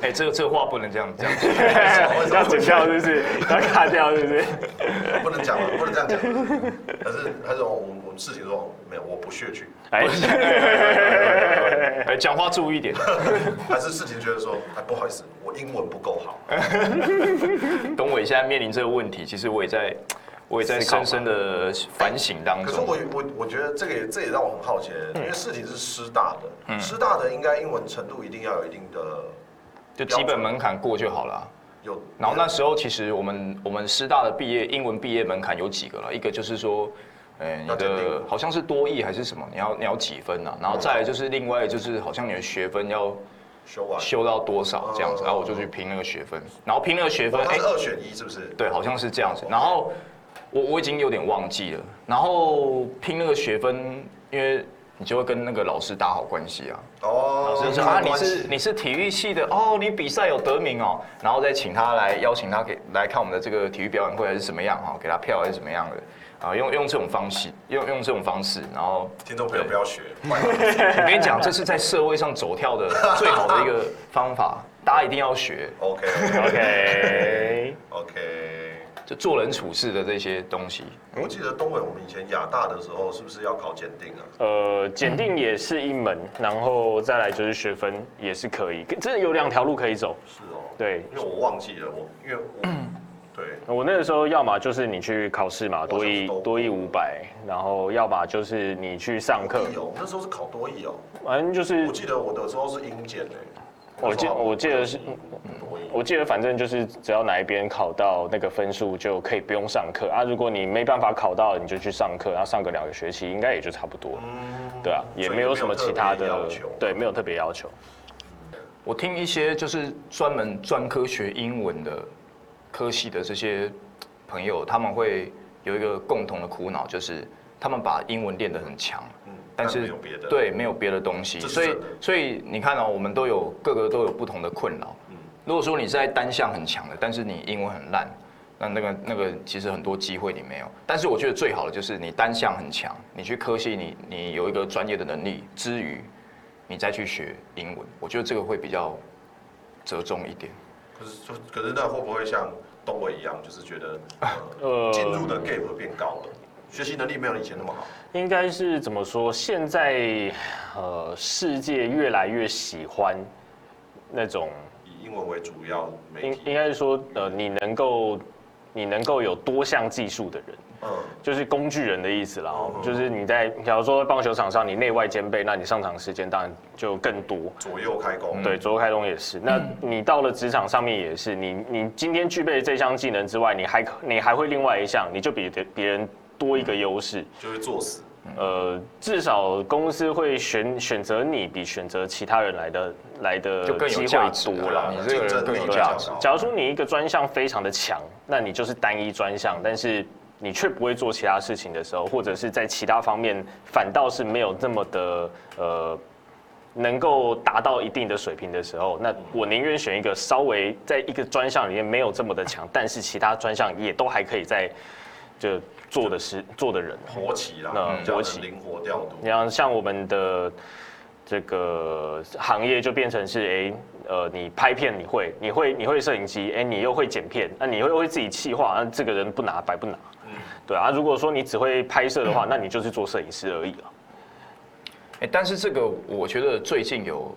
[SPEAKER 3] 哎，这个这个话不能这样 讲。
[SPEAKER 1] 哦
[SPEAKER 2] 要剪掉是不是？要卡掉是不是？
[SPEAKER 1] 不能讲了，不能这样讲。可是他说我们我们事情说没有， 我不屑去。
[SPEAKER 2] 哎，
[SPEAKER 3] 哎，讲话注意一点。
[SPEAKER 1] 还是事情觉得说，哎，不好意思，我英文不够好。
[SPEAKER 3] 哎董伟现在面临这个问题，其实我也在，我也在
[SPEAKER 2] 思考吧
[SPEAKER 3] 深深的反省当
[SPEAKER 1] 哎可是
[SPEAKER 3] 中
[SPEAKER 1] 我。我我觉得这个也这也让我很好奇，因
[SPEAKER 3] 嗯
[SPEAKER 1] 为事情是师大的，师大的应该英文程度一定要有一定的
[SPEAKER 3] 就基本门槛过就好了啊。
[SPEAKER 1] 有。
[SPEAKER 3] 然后那时候其实我们我们师大的毕业英文毕业门槛有几个了？一个就是说，呃，你
[SPEAKER 1] 要鉴
[SPEAKER 3] 的
[SPEAKER 1] 定
[SPEAKER 3] 好像是多译还是什么，你要你要几分啊？然后再来就是另外就是好像你的学分要
[SPEAKER 1] 修完，
[SPEAKER 3] 修到多少这样子，
[SPEAKER 1] 哦
[SPEAKER 3] 然后我就去拼那个学分，然后拼那个学分，
[SPEAKER 1] 它
[SPEAKER 3] 哎
[SPEAKER 1] 是，二选一是不是？
[SPEAKER 3] 对，好像是这样子。然后我我已经有点忘记了，然后拼那个学分，因为你就会跟那个老师打好关系啊。
[SPEAKER 1] 哦，
[SPEAKER 3] 就是说啊，你是你是体育系的哦，你比赛有得名哦，然后再请他来邀请他给来看我们的这个体育表演会还是怎么样哈、哦，给他票还是怎么样的啊，用用这种方式，用用这种方式，然后
[SPEAKER 1] 听众朋友
[SPEAKER 3] 对
[SPEAKER 1] 不要学，
[SPEAKER 3] 我跟你讲，这是在社会上走跳的最好的一个方法，大家一定要学，
[SPEAKER 1] OK
[SPEAKER 2] OK，
[SPEAKER 1] OK。
[SPEAKER 3] 就做人处事的这些东西。
[SPEAKER 1] 我记得东伟，我们以前亚大的时候是不是要考检定啊？
[SPEAKER 2] 呃，检定也是一门，然后再来就是学分也是可以，真的有两条路可以走。
[SPEAKER 1] 是哦，
[SPEAKER 2] 对嗯
[SPEAKER 1] 因为我忘记了，我因为我对
[SPEAKER 2] 我那个时候要么就是你去考试嘛，多一
[SPEAKER 1] 我想说
[SPEAKER 2] 多一五百，然后要么就是你去上课
[SPEAKER 1] 多，益哦，那时候是考多益哦。
[SPEAKER 2] 反正就是
[SPEAKER 1] 我记得我的时候是英检诶，
[SPEAKER 2] 我记我记得是嗯
[SPEAKER 1] 多益，
[SPEAKER 2] 我记得反正就是只要哪一边考到那个分数就可以不用上课啊。如果你没办法考到，你就去上课，然后上个两个学期，应该也就差不多了。对啊，也没有什么其他
[SPEAKER 1] 嗯所以也没有
[SPEAKER 2] 的
[SPEAKER 1] 特别要求，
[SPEAKER 2] 对，没有特别要求。
[SPEAKER 3] 我听一些就是专门专科学英文的科系的这些朋友，他们会有一个共同的苦恼，就是他们把英文练得很强，
[SPEAKER 1] 嗯，
[SPEAKER 3] 但是
[SPEAKER 1] 没有别的，，
[SPEAKER 3] 对没有别的东西，
[SPEAKER 1] 这是
[SPEAKER 3] 所以
[SPEAKER 1] 真的
[SPEAKER 3] 所以你看哦，我们都有各个都有不同的困扰。
[SPEAKER 1] 嗯
[SPEAKER 3] 如果说你在单项很强的，但是你英文很烂，那那个那个其实很多机会你没有。但是我觉得最好的就是你单项很强，你去科系你你有一个专业的能力之余，你再去学英文，我觉得这个会比较折中一点。
[SPEAKER 1] 可是就可是那会不会像东伟一样，就是觉得呃
[SPEAKER 2] 呃
[SPEAKER 1] 进入的 gap 变高了，学习能力没有以前那么好，
[SPEAKER 2] 应该是怎么说？现在呃，世界越来越喜欢那种，
[SPEAKER 1] 以英文为主要媒
[SPEAKER 2] 应
[SPEAKER 1] 体，
[SPEAKER 2] 应该是说呃，你能够你能够有多项技术的人。
[SPEAKER 1] 嗯，
[SPEAKER 2] 就是工具人的意思啦，哦
[SPEAKER 1] 嗯
[SPEAKER 2] 就是你在假如说棒球场上你内外兼备，那你上场时间当然就更多。
[SPEAKER 1] 左右开
[SPEAKER 3] 嗯
[SPEAKER 1] 弓，
[SPEAKER 2] 对，左右开弓也是。那你到了职场上面也是，你你今天具备这项技能之外，你还可你还会另外一项，你就比别别人多一个优势。
[SPEAKER 3] 嗯
[SPEAKER 1] 就会作死，
[SPEAKER 2] 呃，至少公司会选选择你，比选择其他人来的来的
[SPEAKER 3] 就更有
[SPEAKER 2] 呃机
[SPEAKER 3] 价
[SPEAKER 2] 会
[SPEAKER 3] 值
[SPEAKER 2] 多
[SPEAKER 3] 啊
[SPEAKER 2] 了。
[SPEAKER 3] 你这个人更有
[SPEAKER 1] 对
[SPEAKER 3] 价值。
[SPEAKER 2] 假如说你一个专项非常的强，那你就是单一专项，但是你却不会做其他事情的时候，或者是在其他方面反倒是没有这么的呃。能够达到一定的水平的时候，那我宁愿选一个稍微在一个专项里面没有这么的强，但是其他专项也都还可以在就做的事做的人。
[SPEAKER 1] 活棋啦，
[SPEAKER 2] 嗯
[SPEAKER 1] 比较
[SPEAKER 2] 活
[SPEAKER 1] 能
[SPEAKER 2] 棋嗯
[SPEAKER 1] 灵活调度，
[SPEAKER 2] 你像像我们的这个行业就变成是，哎、呃，你拍片你会，你会你会摄影机，哎、你又会剪片，那、你又会自己企划，那、这个人不拿白不拿，对啊。如果说你只会拍摄的话，那你就是做摄影师而已啊了。
[SPEAKER 3] 哎、但是这个我觉得最近有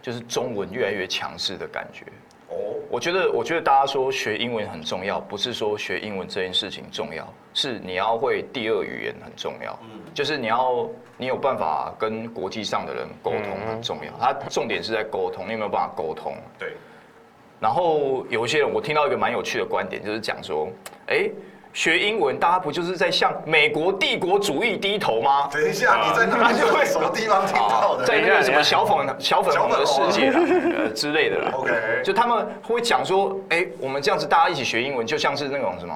[SPEAKER 3] 就是中文越来越强势的感觉。
[SPEAKER 1] 哦，
[SPEAKER 3] 我觉得，我觉得大家说学英文很重要，不是说学英文这件事情重要，是你要会第二语言很重要。就是你要你有办法跟国际上的人沟通很重要。它重点是在沟通，你有没有办法沟通？
[SPEAKER 1] 对，
[SPEAKER 3] 然后有一些人，我听到一个蛮有趣的观点，就是讲说，哎，学英文大家不就是在向美国帝国主义低头吗？
[SPEAKER 1] 等一下你在哪里会什么地方听到的？
[SPEAKER 3] 在那个什么小粉小粉红的世界啦，呃之类的啦。
[SPEAKER 1] OK
[SPEAKER 3] 就他们会讲说，哎、我们这样子大家一起学英文，就像是那种什么。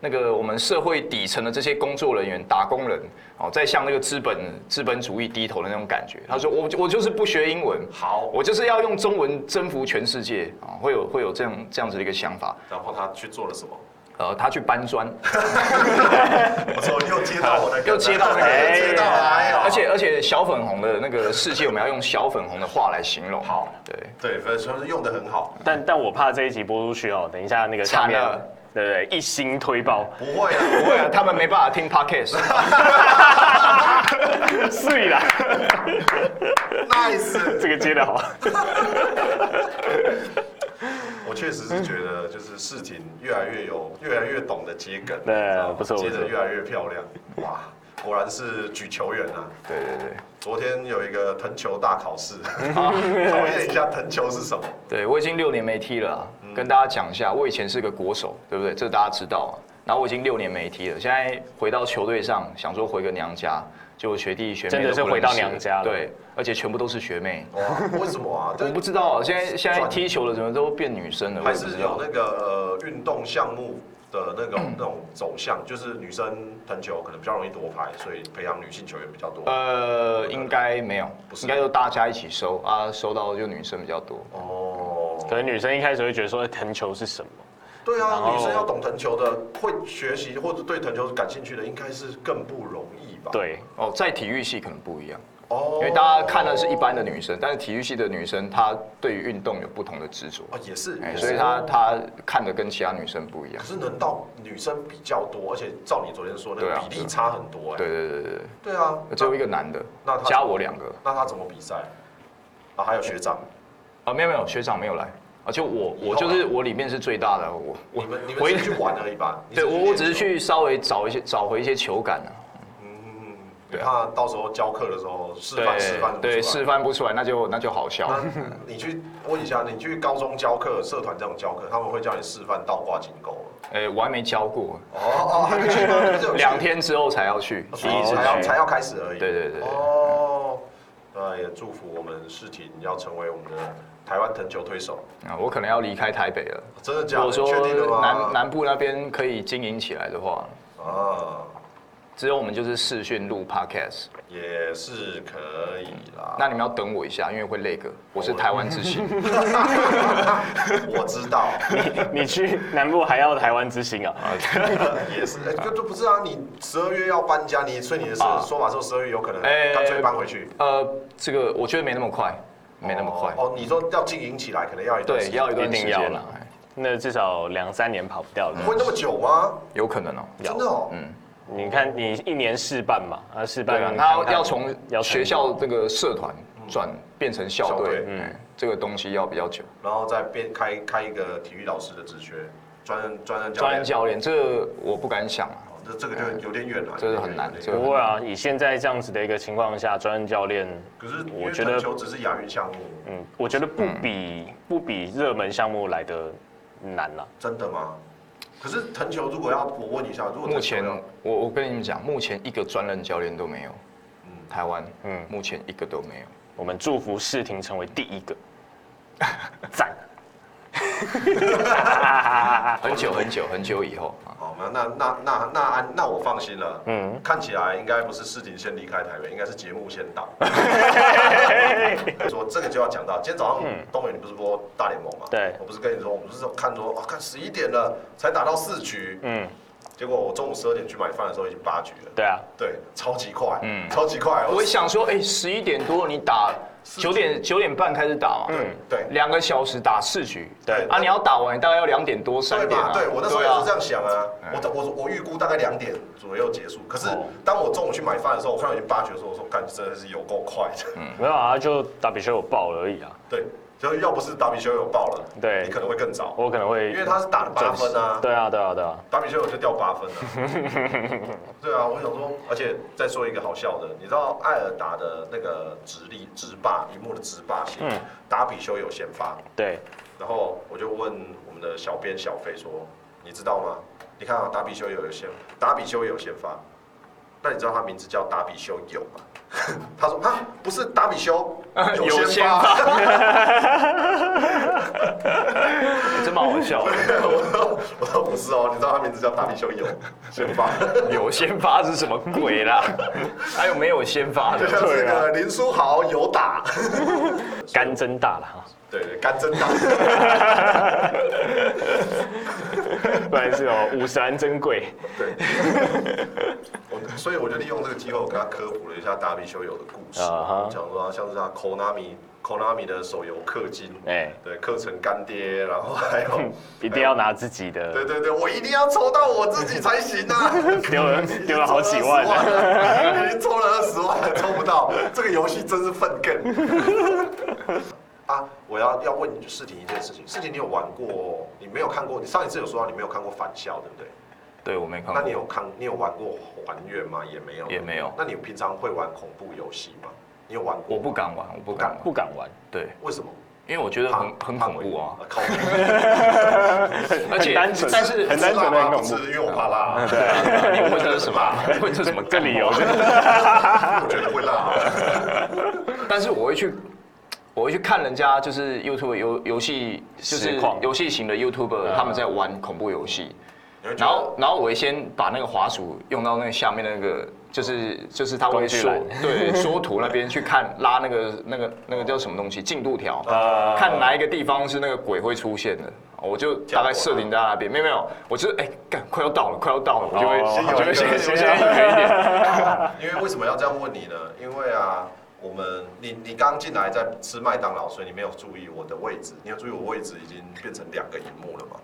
[SPEAKER 3] 那个我们社会底层的这些工作人员、打工人，哦，在向那个资本资本主义低头的那种感觉。他说：“我我就是不学英文，
[SPEAKER 1] 好
[SPEAKER 3] 我就是要用中文征服全世界啊、哦！”会有会有这样这样子的一个想法。
[SPEAKER 1] 然后他去做了什么？
[SPEAKER 3] 呃，他去搬 砖，
[SPEAKER 1] 我说哦又接到我的梗了，
[SPEAKER 3] 又接 到那个
[SPEAKER 1] 又接到了，哎呦
[SPEAKER 3] 而且而且小粉红的那个世界，我们要用小粉红的话来形容。
[SPEAKER 1] 好
[SPEAKER 3] 对，
[SPEAKER 1] 对，所以说用的很好，
[SPEAKER 2] 但但我怕这一集播出去哦，等一下那个下面
[SPEAKER 3] 惨了，
[SPEAKER 2] 对不对？一心推爆，
[SPEAKER 1] 不会啊，
[SPEAKER 3] 不会啊，他们没办法听 podcast。
[SPEAKER 2] 碎啦，
[SPEAKER 1] nice。
[SPEAKER 2] 这个接的好。
[SPEAKER 1] 我确实是觉得，就是事情越来越有，越来越懂得接梗，
[SPEAKER 3] 嗯
[SPEAKER 2] 对
[SPEAKER 1] 你知道
[SPEAKER 3] 呃
[SPEAKER 1] 吗
[SPEAKER 2] 不错
[SPEAKER 1] 接
[SPEAKER 2] 不
[SPEAKER 1] 的
[SPEAKER 2] 错
[SPEAKER 1] 越来越漂亮，哇，果然是举球员啊！
[SPEAKER 3] 对对对，
[SPEAKER 1] 昨天有一个藤球大考 试， 考验一下藤球是什么。
[SPEAKER 3] 对我已经六年没踢了啊、
[SPEAKER 2] 嗯
[SPEAKER 3] 跟大家讲一下，我以前是个国手，对不对？这大家知道啊。然后我已经六年没踢了，现在回到球队上，想说回个娘家，就我学弟学妹
[SPEAKER 2] 真的
[SPEAKER 3] 都
[SPEAKER 2] 是
[SPEAKER 3] 不认
[SPEAKER 2] 回到
[SPEAKER 3] 识
[SPEAKER 2] 娘家了
[SPEAKER 3] 对，而且全部都是学妹。
[SPEAKER 1] 哇，为什么啊？
[SPEAKER 3] 我
[SPEAKER 1] 但
[SPEAKER 3] 不知道啊，现在现在踢球了，怎么都变女生了？我
[SPEAKER 1] 还
[SPEAKER 3] 也不
[SPEAKER 1] 是
[SPEAKER 3] 知
[SPEAKER 1] 有
[SPEAKER 3] 道。
[SPEAKER 1] 那个呃运动项目的那
[SPEAKER 3] 嗯
[SPEAKER 1] 种那种走向，就是女生藤球可能比较容易夺牌，所以培养女性球员比较多。
[SPEAKER 3] 呃，应该没有
[SPEAKER 1] 不，是
[SPEAKER 3] 应该就大家一起收啊，收到就女生比较多。
[SPEAKER 1] 哦，
[SPEAKER 2] 可能女生一开始会觉得说哎藤球是什么？
[SPEAKER 1] 对
[SPEAKER 2] 然
[SPEAKER 1] 啊，
[SPEAKER 2] 后
[SPEAKER 1] 女生要懂藤球的，会学习或者对藤球感兴趣的，应该是更不容易吧？，
[SPEAKER 2] 对，
[SPEAKER 3] 哦，在体育系可能不一样，
[SPEAKER 1] 哦
[SPEAKER 3] 因为大家看的是一般的女生，但是体育系的女生她对于运动有不同的执着。
[SPEAKER 1] 啊，也是，
[SPEAKER 3] 哎，
[SPEAKER 1] 也是
[SPEAKER 3] 所以她她看的跟其他女生不一样
[SPEAKER 1] 可。是能到女生比较多，而且照你昨天说那
[SPEAKER 3] 对
[SPEAKER 1] 个
[SPEAKER 3] 啊
[SPEAKER 1] 比例差很多哎、
[SPEAKER 3] 对对对对
[SPEAKER 1] 对啊，
[SPEAKER 3] 对，只有一个男的
[SPEAKER 1] 那他，
[SPEAKER 3] 加我两个
[SPEAKER 1] 那他怎么比赛？啊，还有学长，
[SPEAKER 3] 啊，没有没有，学长没有来，啊，就我我就是我里面是最大的，我我
[SPEAKER 1] 你们你们
[SPEAKER 3] 回
[SPEAKER 1] 只是去玩而已吧？ 你
[SPEAKER 3] 对
[SPEAKER 1] 练
[SPEAKER 3] 我我只是
[SPEAKER 1] 球，
[SPEAKER 3] 去稍微找一些找回一些球感啊，
[SPEAKER 1] 嗯，
[SPEAKER 3] 对啊
[SPEAKER 1] 怕到时候教课的时候示范示范不
[SPEAKER 3] 对
[SPEAKER 1] 出来
[SPEAKER 3] 对示。范不出来，那就那就好笑。
[SPEAKER 1] 那 你去问一下，你去高中教课、社团这种教课，他们会叫你示范倒挂金钩吗？
[SPEAKER 3] 哎，我还没教过，
[SPEAKER 1] 哦哦， 还没去吗？就是有去
[SPEAKER 3] 两天之后才要去，第一次
[SPEAKER 1] 哦才要
[SPEAKER 3] 去
[SPEAKER 1] 才。要开始而已。
[SPEAKER 3] 对对对对
[SPEAKER 1] 哦，那也祝福我们世廷要成为我们的台湾藤球推手。
[SPEAKER 3] 啊，我可能要离开台北了。
[SPEAKER 1] 真的假
[SPEAKER 3] 如
[SPEAKER 1] 的？
[SPEAKER 3] 果
[SPEAKER 1] 你确定了
[SPEAKER 3] 说
[SPEAKER 1] 吗？
[SPEAKER 3] 南南部那边可以经营起来的话，
[SPEAKER 1] 哦啊，
[SPEAKER 3] 只有我们就是视讯录 podcast。
[SPEAKER 1] 也是可以啦。
[SPEAKER 3] 那你们要等我一下，因为会累个。我是台湾之星，
[SPEAKER 1] 我知 道，
[SPEAKER 2] 你去南部还要台湾之星啊？
[SPEAKER 1] 也是，哎、就就不是啊，你十二月要搬家，你所以你的是
[SPEAKER 3] 啊
[SPEAKER 1] 说法是十二月有可能
[SPEAKER 3] 哎
[SPEAKER 1] 干脆搬回去，
[SPEAKER 3] 呃，这个我觉得没那么快，没那么快。
[SPEAKER 1] 哦，哦你说要经营起来，可能要一段
[SPEAKER 3] 对
[SPEAKER 1] 时，间
[SPEAKER 3] 要一段时
[SPEAKER 2] 一定要
[SPEAKER 3] 间
[SPEAKER 2] 啦
[SPEAKER 3] 了，哎
[SPEAKER 2] 那至少两三年跑不掉了。
[SPEAKER 1] 会那么久吗？
[SPEAKER 3] 有可能哦。
[SPEAKER 1] 真的哦，嗯，
[SPEAKER 2] 你看，你一年试办嘛，啊，试
[SPEAKER 3] 对
[SPEAKER 2] 办
[SPEAKER 3] 啊，
[SPEAKER 2] 看看
[SPEAKER 3] 他要从学校这个社团转变成校
[SPEAKER 1] 校队
[SPEAKER 3] 队，嗯，这个东西要比较久。
[SPEAKER 1] 然后再变开开一个体育老师的职缺，专任专任教
[SPEAKER 3] 专
[SPEAKER 1] 练
[SPEAKER 3] 任，教练，这个我不敢想啊。
[SPEAKER 1] 哦这这个就有点远了，
[SPEAKER 3] 嗯这是
[SPEAKER 1] 有点
[SPEAKER 3] 很难
[SPEAKER 1] 有点
[SPEAKER 3] 这
[SPEAKER 1] 远
[SPEAKER 3] 个
[SPEAKER 2] 不会啊，以现在这样子的一个情况下，专任教练，
[SPEAKER 1] 可是
[SPEAKER 2] 我
[SPEAKER 1] 我
[SPEAKER 2] 觉
[SPEAKER 1] 觉
[SPEAKER 2] 得
[SPEAKER 1] 得球只是亚运项目，
[SPEAKER 2] 嗯，我觉得不比、不比热门项目来的难啊了、
[SPEAKER 1] 真的吗？可是藤球如果要我问一下，如果藤
[SPEAKER 3] 目
[SPEAKER 1] 球
[SPEAKER 3] 前
[SPEAKER 1] 要
[SPEAKER 3] 我我跟你们讲，目前一个专任教练都没有，
[SPEAKER 1] 嗯
[SPEAKER 3] 台湾，
[SPEAKER 2] 嗯
[SPEAKER 3] 嗯，目前一个都没有。
[SPEAKER 2] 我们祝福世廷成为第 一个，赞。
[SPEAKER 3] 很久很久很久以后啊，
[SPEAKER 1] 好嘛，那那那那安那我放心了。嗯，看起来应该不是事情先离开台北，应该是节目先到。说这个就要讲到，今天早上东伟你不是播大联盟吗？
[SPEAKER 2] 对
[SPEAKER 1] 我不是跟你说，我们不是看说，哦，看十一点了，才打到四局，
[SPEAKER 2] 嗯，
[SPEAKER 1] 结果我中午十二点去买饭的时候已经八局了。
[SPEAKER 2] 对啊，
[SPEAKER 1] 对，超级快，嗯，
[SPEAKER 3] 嗯
[SPEAKER 1] 超级快。
[SPEAKER 3] 我一想说，哎，十一点多你打，九点九点半开始打嘛，
[SPEAKER 1] 对对
[SPEAKER 3] 两个小时打四局，
[SPEAKER 1] 对
[SPEAKER 3] 啊，你要打完大概要两点多
[SPEAKER 1] 对
[SPEAKER 3] 三点
[SPEAKER 1] 嘛？
[SPEAKER 3] 啊，
[SPEAKER 1] 对我那时候也
[SPEAKER 3] 啊
[SPEAKER 1] 是这样想啊，
[SPEAKER 3] 哎
[SPEAKER 1] 我我我预估大概两点左右结束，可是
[SPEAKER 2] 哦
[SPEAKER 1] 当我中午去买饭的时候，我看到已经八局的时候，我说，干，真的是有够快的。
[SPEAKER 2] 没有啊，就打比修有爆了而已啊。
[SPEAKER 1] 对，就是要不是达比修有爆了，
[SPEAKER 2] 对
[SPEAKER 1] 你可能会更早，
[SPEAKER 2] 我可能会
[SPEAKER 1] 因为他是打了八分啊，
[SPEAKER 2] 对啊，对啊，对啊，
[SPEAKER 1] 达比修有就掉八分了、对啊，我想说，而且再说一个好笑的，你知道艾尔达的那个直立直霸一幕的直霸型，达比修有先发，
[SPEAKER 2] 对，
[SPEAKER 1] 然后我就问我们的小编小飞说，你知道吗？你看啊，达比修有有先，达比修有先发，那你知道他名字叫达比修有吗？ 他说啊，不是达比修
[SPEAKER 3] 啊有先
[SPEAKER 1] 发。
[SPEAKER 3] 哎真蛮好笑的，
[SPEAKER 1] 我说 我说不是哦，你知道他名字叫达比修有先 发，
[SPEAKER 3] 有先发是什么鬼啦？ 还有没有先发
[SPEAKER 1] 就
[SPEAKER 3] 的？
[SPEAKER 1] 像是那啊个林书豪有打，
[SPEAKER 2] 干真大了哈，
[SPEAKER 1] 对对，干真打，
[SPEAKER 2] 不然是哦，五十元珍贵。
[SPEAKER 1] 对。我所以我就利用这个机会，我跟他科普了一下达比修有的故事，
[SPEAKER 2] 啊哈
[SPEAKER 1] 讲说他像是他 Konami Konami 的手游氪金，
[SPEAKER 2] 哎
[SPEAKER 1] 对，氪成干爹，然 后还有。
[SPEAKER 2] 一定要拿自己的
[SPEAKER 1] 对对对，我一定要抽到我自己才行啊！
[SPEAKER 2] 丢了 丢了好几 万呢，
[SPEAKER 1] 了，已经抽了二十万了，抽不到，这个游戏真是粪更。啊，我要要问你世婷一件事情，世婷你有玩过？你没有看过？你上一次有说到你没有看过《返校》，对不对？
[SPEAKER 3] 对我没看
[SPEAKER 1] 那你
[SPEAKER 3] 过，
[SPEAKER 1] 有看？你有玩过《还愿》吗？也没有，
[SPEAKER 3] 也没有
[SPEAKER 1] 那你平常会玩恐怖游戏吗？你有玩过？
[SPEAKER 3] 我不敢玩，我不敢玩
[SPEAKER 2] 不，敢玩，
[SPEAKER 3] 对，
[SPEAKER 1] 为什么？
[SPEAKER 3] 因为我觉得很很恐怖啊，
[SPEAKER 1] 怕鬼！
[SPEAKER 3] 而且
[SPEAKER 2] 单纯
[SPEAKER 3] 但是
[SPEAKER 2] 很单纯的
[SPEAKER 1] 怕
[SPEAKER 2] 很
[SPEAKER 1] 不
[SPEAKER 2] 恐
[SPEAKER 1] 吃
[SPEAKER 2] 怖，
[SPEAKER 1] 因为我怕 辣，
[SPEAKER 3] 对啊，对啊你问这是什么？问这是什么？
[SPEAKER 2] 这理由是。
[SPEAKER 1] 我觉得会辣。
[SPEAKER 3] 但是我会去，我会去看人家就是 YouTube 游游戏，就
[SPEAKER 2] 实
[SPEAKER 3] 是
[SPEAKER 2] 况嗯
[SPEAKER 3] 游戏型的 YouTube，他们在玩恐怖游戏。
[SPEAKER 1] 你会觉
[SPEAKER 3] 然
[SPEAKER 1] 得
[SPEAKER 3] 后，然后我会先把那个滑鼠用到那个下面那个，就是就是它
[SPEAKER 2] 工
[SPEAKER 3] 会
[SPEAKER 2] 具
[SPEAKER 3] 缩
[SPEAKER 2] 栏
[SPEAKER 3] 对缩图那边去看拉那个那个那个叫什么东西进度条，
[SPEAKER 1] 啊
[SPEAKER 2] 啊
[SPEAKER 3] 看哪一个地方是那个鬼会出现的，我就大概设定在那边。没有没有，我就是哎，干快要到了，快要到了，我就会
[SPEAKER 2] 哦
[SPEAKER 3] 我就
[SPEAKER 1] 先有一
[SPEAKER 3] 会
[SPEAKER 1] 个
[SPEAKER 3] 先
[SPEAKER 1] 先有
[SPEAKER 3] 先
[SPEAKER 1] 一个
[SPEAKER 3] 先远一点。
[SPEAKER 1] 因为为什么要这样问你呢？因为啊，我们你你刚进来在吃麦当劳，所以你没有注意我的位置。你有注意我位置已经变成两个荧幕了嘛？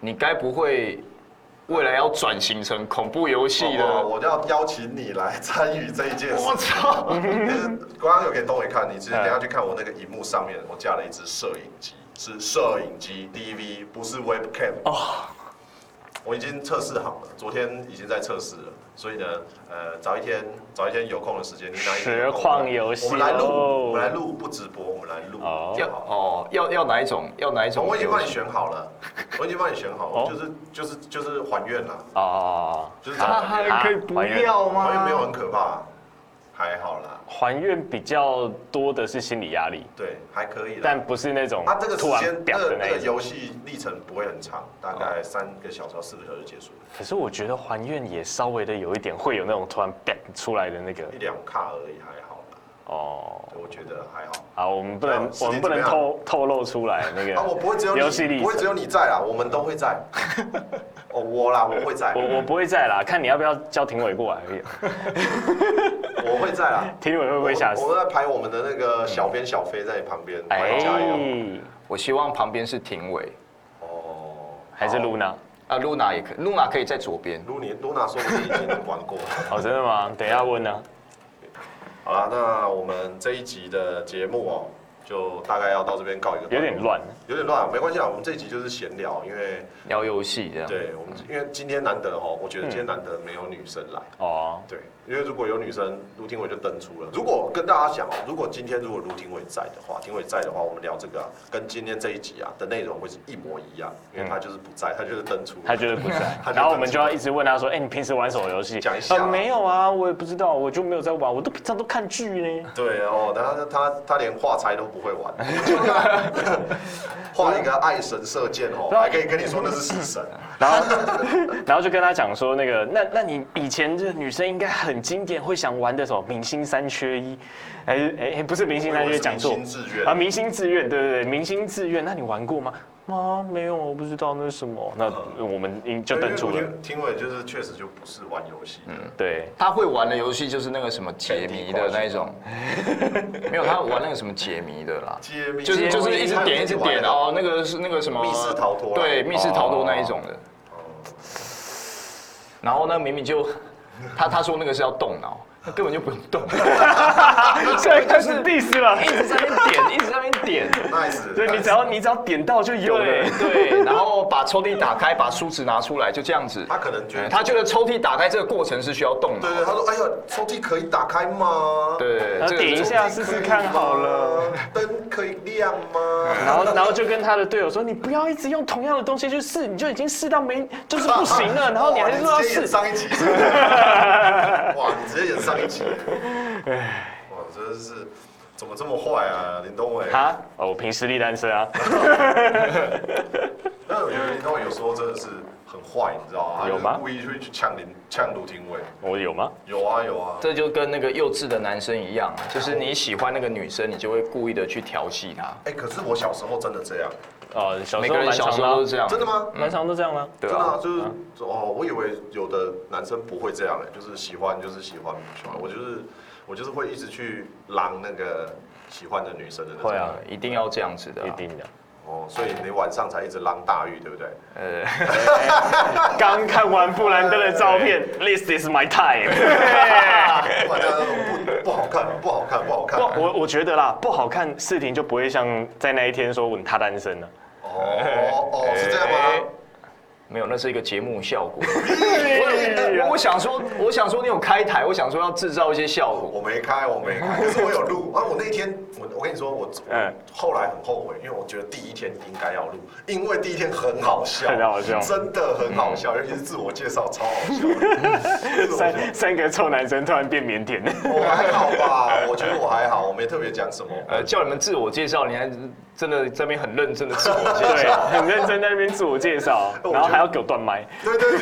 [SPEAKER 3] 你该不会未来要转型成恐怖游戏
[SPEAKER 1] 哦
[SPEAKER 3] 的？
[SPEAKER 1] 我要邀请你来参与这一件事
[SPEAKER 3] 我。操！
[SPEAKER 1] 就是刚刚有给东伟看，你直接等一下去看我那个荧幕上面，我架了一支摄影机，是摄影机 DV，不是 Webcam。哦，我已经测试好了，昨天已经在测试了，所以呢，呃，找一天找一天有空的时间，你拿一天有空
[SPEAKER 2] 实况游戏
[SPEAKER 1] 我们来录，
[SPEAKER 2] 哦
[SPEAKER 1] 我们来录，不直播，我们来录。
[SPEAKER 2] 哦
[SPEAKER 3] 要
[SPEAKER 1] 好
[SPEAKER 3] 哦，要要哪一种？要哪一种游
[SPEAKER 1] 我
[SPEAKER 3] 戏？
[SPEAKER 1] 已经帮你选好了，我已经帮你选好了，
[SPEAKER 2] 哦
[SPEAKER 1] 就是就是就是还愿啦，
[SPEAKER 2] 哦，
[SPEAKER 1] 就是找
[SPEAKER 3] 啊。
[SPEAKER 1] 还愿，
[SPEAKER 3] 还可以不要
[SPEAKER 1] 哎还愿没有
[SPEAKER 3] 吗？
[SPEAKER 1] 很可怕，还好啦，
[SPEAKER 2] 还愿比较多的是心理压力，
[SPEAKER 1] 对，还可以啦。
[SPEAKER 2] 但不是那种
[SPEAKER 1] 啊它这个时
[SPEAKER 2] 突然
[SPEAKER 1] 间，那
[SPEAKER 2] 表的
[SPEAKER 1] 个
[SPEAKER 2] 那
[SPEAKER 1] 那个
[SPEAKER 2] 一种。哦
[SPEAKER 1] 游戏历程不会很长，大概三个小时到四个小时就结束了，
[SPEAKER 2] 可是我觉得还愿也稍微的有一点会有那种突然表出来的那个
[SPEAKER 1] 一两卡而已，还好啦。
[SPEAKER 2] 哦。
[SPEAKER 1] 对我觉得还好。
[SPEAKER 2] 好，我们不能
[SPEAKER 1] 那实际
[SPEAKER 2] 我们不能
[SPEAKER 1] 怎么样
[SPEAKER 2] 透透露出来那
[SPEAKER 1] 啊，我
[SPEAKER 2] 个
[SPEAKER 1] 不会只有
[SPEAKER 2] 游戏历
[SPEAKER 1] 你，不会只
[SPEAKER 2] 程。
[SPEAKER 1] 有你在啦，我们都会 在。哦，我啦，我会在，
[SPEAKER 2] 我我不会再啦，看你要不要叫评委过来而已。
[SPEAKER 1] 我会在啦。
[SPEAKER 2] 评委会不会吓死
[SPEAKER 1] 我？我在排我们的那个小编小飞在你旁边，哎，加油。
[SPEAKER 3] 我希望旁边是庭伟
[SPEAKER 1] 哦，
[SPEAKER 2] 还是露娜？
[SPEAKER 3] 啊，露娜也可，露娜可以在左边。
[SPEAKER 1] 露你露娜说我们已经玩过了。
[SPEAKER 2] 哦，真的吗？等一下问啊。
[SPEAKER 1] 好啦，那我们这一集的节目哦，就大概要到这边告一个段落
[SPEAKER 2] 有点，乱。
[SPEAKER 1] 有点乱，没关系啊。我们这一集就是闲聊，因为
[SPEAKER 3] 聊游戏这样。
[SPEAKER 1] 对我们因为今天难得哦，我觉得今天难得没有女生来。
[SPEAKER 2] 哦，
[SPEAKER 1] 对，因为如果有女生，卢廷伟就登出了。如果跟大家讲哦，如果今天如果卢廷伟在的话，廷伟在的话，我们聊这个、啊、跟今天这一集啊的内容会是一模一样，因为他就是不在，他就是登出。
[SPEAKER 2] 他就是不在
[SPEAKER 1] 他就，
[SPEAKER 2] 然后我们就要一直问他说：“哎、你平时玩什么游戏？”
[SPEAKER 1] 讲一下
[SPEAKER 2] 呃没有啊，我也不知道，我就没有在玩，我都平常都看剧 呢。
[SPEAKER 1] 对哦，他他他连画猜都不会 玩，画一个爱神射箭哦，还可以跟你说那是死神。
[SPEAKER 2] 然后， 然后就跟他讲说：“那个，那那你以前这女生应该很经典，会想玩的什么明星三缺一，哎哎哎，不是明星三
[SPEAKER 1] 我以
[SPEAKER 2] 缺
[SPEAKER 1] 为
[SPEAKER 2] 一，
[SPEAKER 1] 是
[SPEAKER 2] 讲错
[SPEAKER 1] 明星志愿
[SPEAKER 2] 啊，明星志愿，对对对，明星志愿，那你玩过吗？啊，没有，我不知道那是什么。那我们应就登出
[SPEAKER 1] 因为
[SPEAKER 2] 了
[SPEAKER 1] 呃我觉，得廷伟就是确实就不是玩游戏
[SPEAKER 2] 嗯
[SPEAKER 1] 的，
[SPEAKER 2] 对，
[SPEAKER 3] 他会玩的游戏就是那个什么解谜的那一种， 没有他玩那个什么解谜的啦，
[SPEAKER 1] 揭秘
[SPEAKER 3] 就是就是一直点一直点，
[SPEAKER 1] 哦。
[SPEAKER 3] 哦，那个是那个什么
[SPEAKER 1] 密室逃脱啦
[SPEAKER 3] 对，密室逃脱啊哦那一种的。然后呢，明明就他他说那个是要动脑，那根本就不用 动，
[SPEAKER 1] 啊
[SPEAKER 2] 现在开始 diss 了
[SPEAKER 3] 一。直在那边点，一直在那边点。
[SPEAKER 1] nice，
[SPEAKER 2] 对你只要你只要点到就有了。
[SPEAKER 3] 对对，然后把抽屉打开，把梳子拿出来，就这样子。
[SPEAKER 1] 他可能觉得
[SPEAKER 3] 嗯他觉得抽屉打开这个过程是需要动脑
[SPEAKER 1] 对。对，他说：“哎呀，抽屉可以打开吗？，
[SPEAKER 3] 对，
[SPEAKER 2] 然后
[SPEAKER 3] 这个
[SPEAKER 2] 点一
[SPEAKER 3] 这
[SPEAKER 2] 下试试看好了。。
[SPEAKER 1] 灯可以亮吗？
[SPEAKER 2] 然后，然后就跟他的队友说：“你不要一直用同样的东西去试，你就已经试到没，就是不行 了。然后你还是说
[SPEAKER 1] 哇
[SPEAKER 2] 要
[SPEAKER 1] 你直接演
[SPEAKER 2] 试。
[SPEAKER 1] 上一集，哇，你直接演上一集，哇，真的是怎么这么坏啊，林东伟”？
[SPEAKER 2] 啊，哦，我凭实力单身啊，
[SPEAKER 1] 但我觉得林东伟有时候真的是很坏，你知道吗？他就是
[SPEAKER 2] 有吗
[SPEAKER 1] 故意去去呛林呛卢廷伟，
[SPEAKER 2] 我有吗？
[SPEAKER 1] 有啊有啊，
[SPEAKER 3] 这就跟那个幼稚的男生一样，啊就是你喜欢那个女生，你就会故意的去调戏她。
[SPEAKER 1] 哎，可是我小时候真的这样，
[SPEAKER 2] 哦，小
[SPEAKER 3] 每
[SPEAKER 2] 时
[SPEAKER 3] 个
[SPEAKER 2] 候
[SPEAKER 3] 人
[SPEAKER 2] 蛮
[SPEAKER 3] 小
[SPEAKER 2] 长
[SPEAKER 3] 时候都
[SPEAKER 2] 的
[SPEAKER 3] 是这样，
[SPEAKER 1] 真的吗？
[SPEAKER 2] 啊，蛮长都这样吗？
[SPEAKER 3] 对
[SPEAKER 1] 真的
[SPEAKER 3] 啊
[SPEAKER 1] 啊，，就是、哦，我以为有的男生不会这样、欸，就是喜欢就是喜欢，不喜欢我就是我就是会一直去狼那个喜欢的女生的那种。
[SPEAKER 2] 会啊，
[SPEAKER 3] 一定要这样子的啊、
[SPEAKER 2] 一定的。
[SPEAKER 1] 哦，所以你晚上才一直狼大玉，对不对？
[SPEAKER 3] 呃，
[SPEAKER 2] 刚看完布兰登的照片，This is my time。
[SPEAKER 1] 晚上那种不不好看，不好看，不好看哦
[SPEAKER 2] 不，。我我觉得啦，不好看，视频就不会像在那一天说我他单身了。啊
[SPEAKER 1] 哦哦哦，是这样吗？
[SPEAKER 3] 没有，那是一个节目效 果。
[SPEAKER 2] 哎呀
[SPEAKER 3] 我我想说，我想说你有开台，我想说要制造一些效果。
[SPEAKER 1] 我没开，我没开，可是我有录。啊，我那天我我跟你说，我
[SPEAKER 2] 嗯
[SPEAKER 1] 我后来很后悔，因为我觉得第一天应该要录，因为第一天很好笑，
[SPEAKER 2] 很好笑
[SPEAKER 1] 真的很好笑，尤其是自我介绍超好笑的。自我介绍
[SPEAKER 2] 三三个臭男生突然变腼腆。
[SPEAKER 1] 我还好吧，我觉得我还好，我没特别讲什么。
[SPEAKER 3] 呃，叫你们自我介绍，你还真的这边很认真的自我介
[SPEAKER 2] 对啊
[SPEAKER 3] 绍。，
[SPEAKER 2] 很认真在那边自我介绍，
[SPEAKER 1] 我觉得
[SPEAKER 2] 然后还要给我断麦。
[SPEAKER 1] 对对对，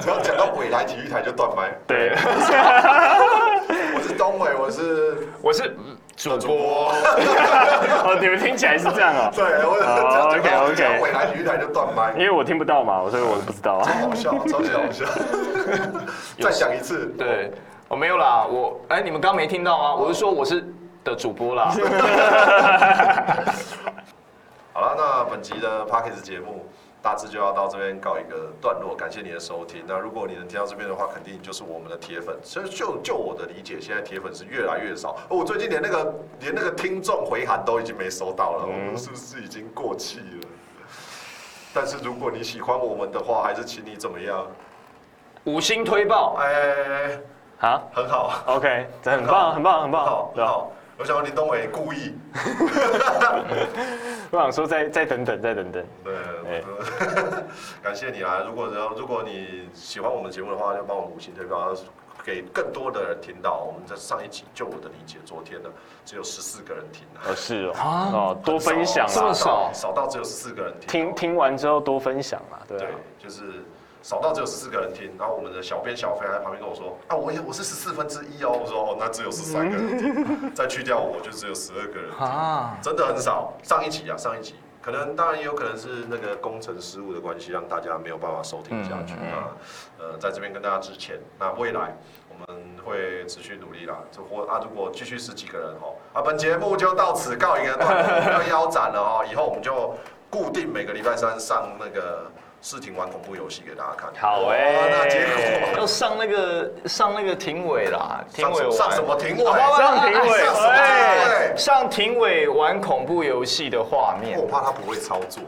[SPEAKER 1] 只要讲到未来体育台就断麦。
[SPEAKER 2] 对，
[SPEAKER 1] 我是东伟，我是
[SPEAKER 3] 我是嗯主播，
[SPEAKER 2] 哦，你们听起来是这样哦，
[SPEAKER 1] 对，我
[SPEAKER 2] 哦
[SPEAKER 1] 只要讲到
[SPEAKER 2] OK，OK
[SPEAKER 1] 讲到未来体育台就断麦
[SPEAKER 2] 因，为我听不到嘛，所以我不知道啊。
[SPEAKER 1] 好笑，超级好笑。再讲一次，
[SPEAKER 3] 对，我、没有啦，我哎、你们刚没听到吗？我是说我是的主播 啦。
[SPEAKER 1] 好了，那本集的 p a c k e s 节目大致就要到这边告一个段落，感谢你的收听。那如果你能听到这边的话，肯定就是我们的铁粉。其实就就我的理解，现在铁粉是越来越少。哦我最近连那个连那个听众回函都已经没收到了，我们是不是已经过气了？但是如果你喜欢我们的话，还是请你怎么样？
[SPEAKER 3] 五星推爆，
[SPEAKER 1] 哎，
[SPEAKER 2] 啊
[SPEAKER 1] 很好，
[SPEAKER 2] ，OK，这很棒，很棒，很
[SPEAKER 1] 很
[SPEAKER 2] 棒
[SPEAKER 1] 好，，
[SPEAKER 2] 对啊
[SPEAKER 1] 很
[SPEAKER 2] 吧？
[SPEAKER 1] 好。我想说林东伟故意，
[SPEAKER 2] 我想说再再等等，再等等。
[SPEAKER 1] 对，
[SPEAKER 2] 哎
[SPEAKER 1] 我感谢你啊！如果如果你喜欢我们的节目的话，就帮我们五星推票，给更多的人听到。我们在上一集，就我的理解，昨天呢只有十四个人听啊，
[SPEAKER 2] 哦是哦，
[SPEAKER 3] 啊
[SPEAKER 2] 哦多分享
[SPEAKER 3] 这
[SPEAKER 2] 啦
[SPEAKER 3] 么，
[SPEAKER 1] 少
[SPEAKER 3] 少
[SPEAKER 1] 少到只有十四个人听。
[SPEAKER 2] 听听完之后多分享啦，对啊
[SPEAKER 1] 对，就是少到只有十四个人听，然后我们的小编小飞还在旁边跟我说啊，我也我是十四分之一哦，我说哦，那只有十三个人 听，再去掉我就只有十二个人听，
[SPEAKER 3] 啊，
[SPEAKER 1] 真的很少。上一集啊，上一集可能当然也有可能是那个工程失误的关系，让大家没有办法收听下去。
[SPEAKER 3] 嗯
[SPEAKER 1] 那呃，在这边跟大家致歉。那未来我们会持续努力啦，就或啊，如果继续十几个人哦，啊，本节目就到此告一个段落，不要腰斩了哦。以后我们就固定每个礼拜三上那个试听玩恐怖游戏给大家看。
[SPEAKER 2] 好
[SPEAKER 1] 哇
[SPEAKER 3] 哎
[SPEAKER 2] 欸
[SPEAKER 1] 那结
[SPEAKER 3] 要
[SPEAKER 1] 果
[SPEAKER 3] 上那个上那个庭委啦，庭
[SPEAKER 1] 上
[SPEAKER 3] 委
[SPEAKER 1] 什
[SPEAKER 3] 玩
[SPEAKER 1] 上什么庭委？
[SPEAKER 3] 啊
[SPEAKER 2] 上庭委
[SPEAKER 1] 上什么庭委
[SPEAKER 3] 哎上庭委玩恐怖游戏的画面
[SPEAKER 1] 我，怕他不会操作，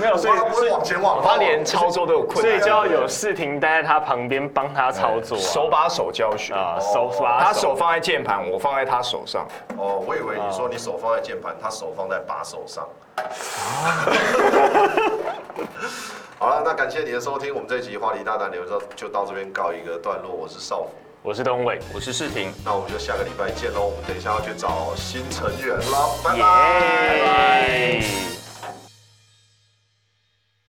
[SPEAKER 2] 没有，
[SPEAKER 1] 我
[SPEAKER 2] 所以
[SPEAKER 1] 怕他不会往前往后。
[SPEAKER 3] 他连操作都有困
[SPEAKER 2] 所以
[SPEAKER 3] 难，
[SPEAKER 2] 就要有视频待在他旁边帮他操作啊
[SPEAKER 3] 哎手把手教学
[SPEAKER 2] 啊，手把
[SPEAKER 3] 他手放在键盘，我放在他手上。
[SPEAKER 1] 哦，我以为你说你手放在键盘，他手放在把手上。 好了，那感谢你的收听，我们这一集话题大胆聊就就到这边告一个段落。我是少辅，
[SPEAKER 2] 我是东伟，
[SPEAKER 3] 我是世廷，
[SPEAKER 1] 那我们就下个礼拜见喽。我们等一下要去找新成员了，拜拜。
[SPEAKER 2] 耶。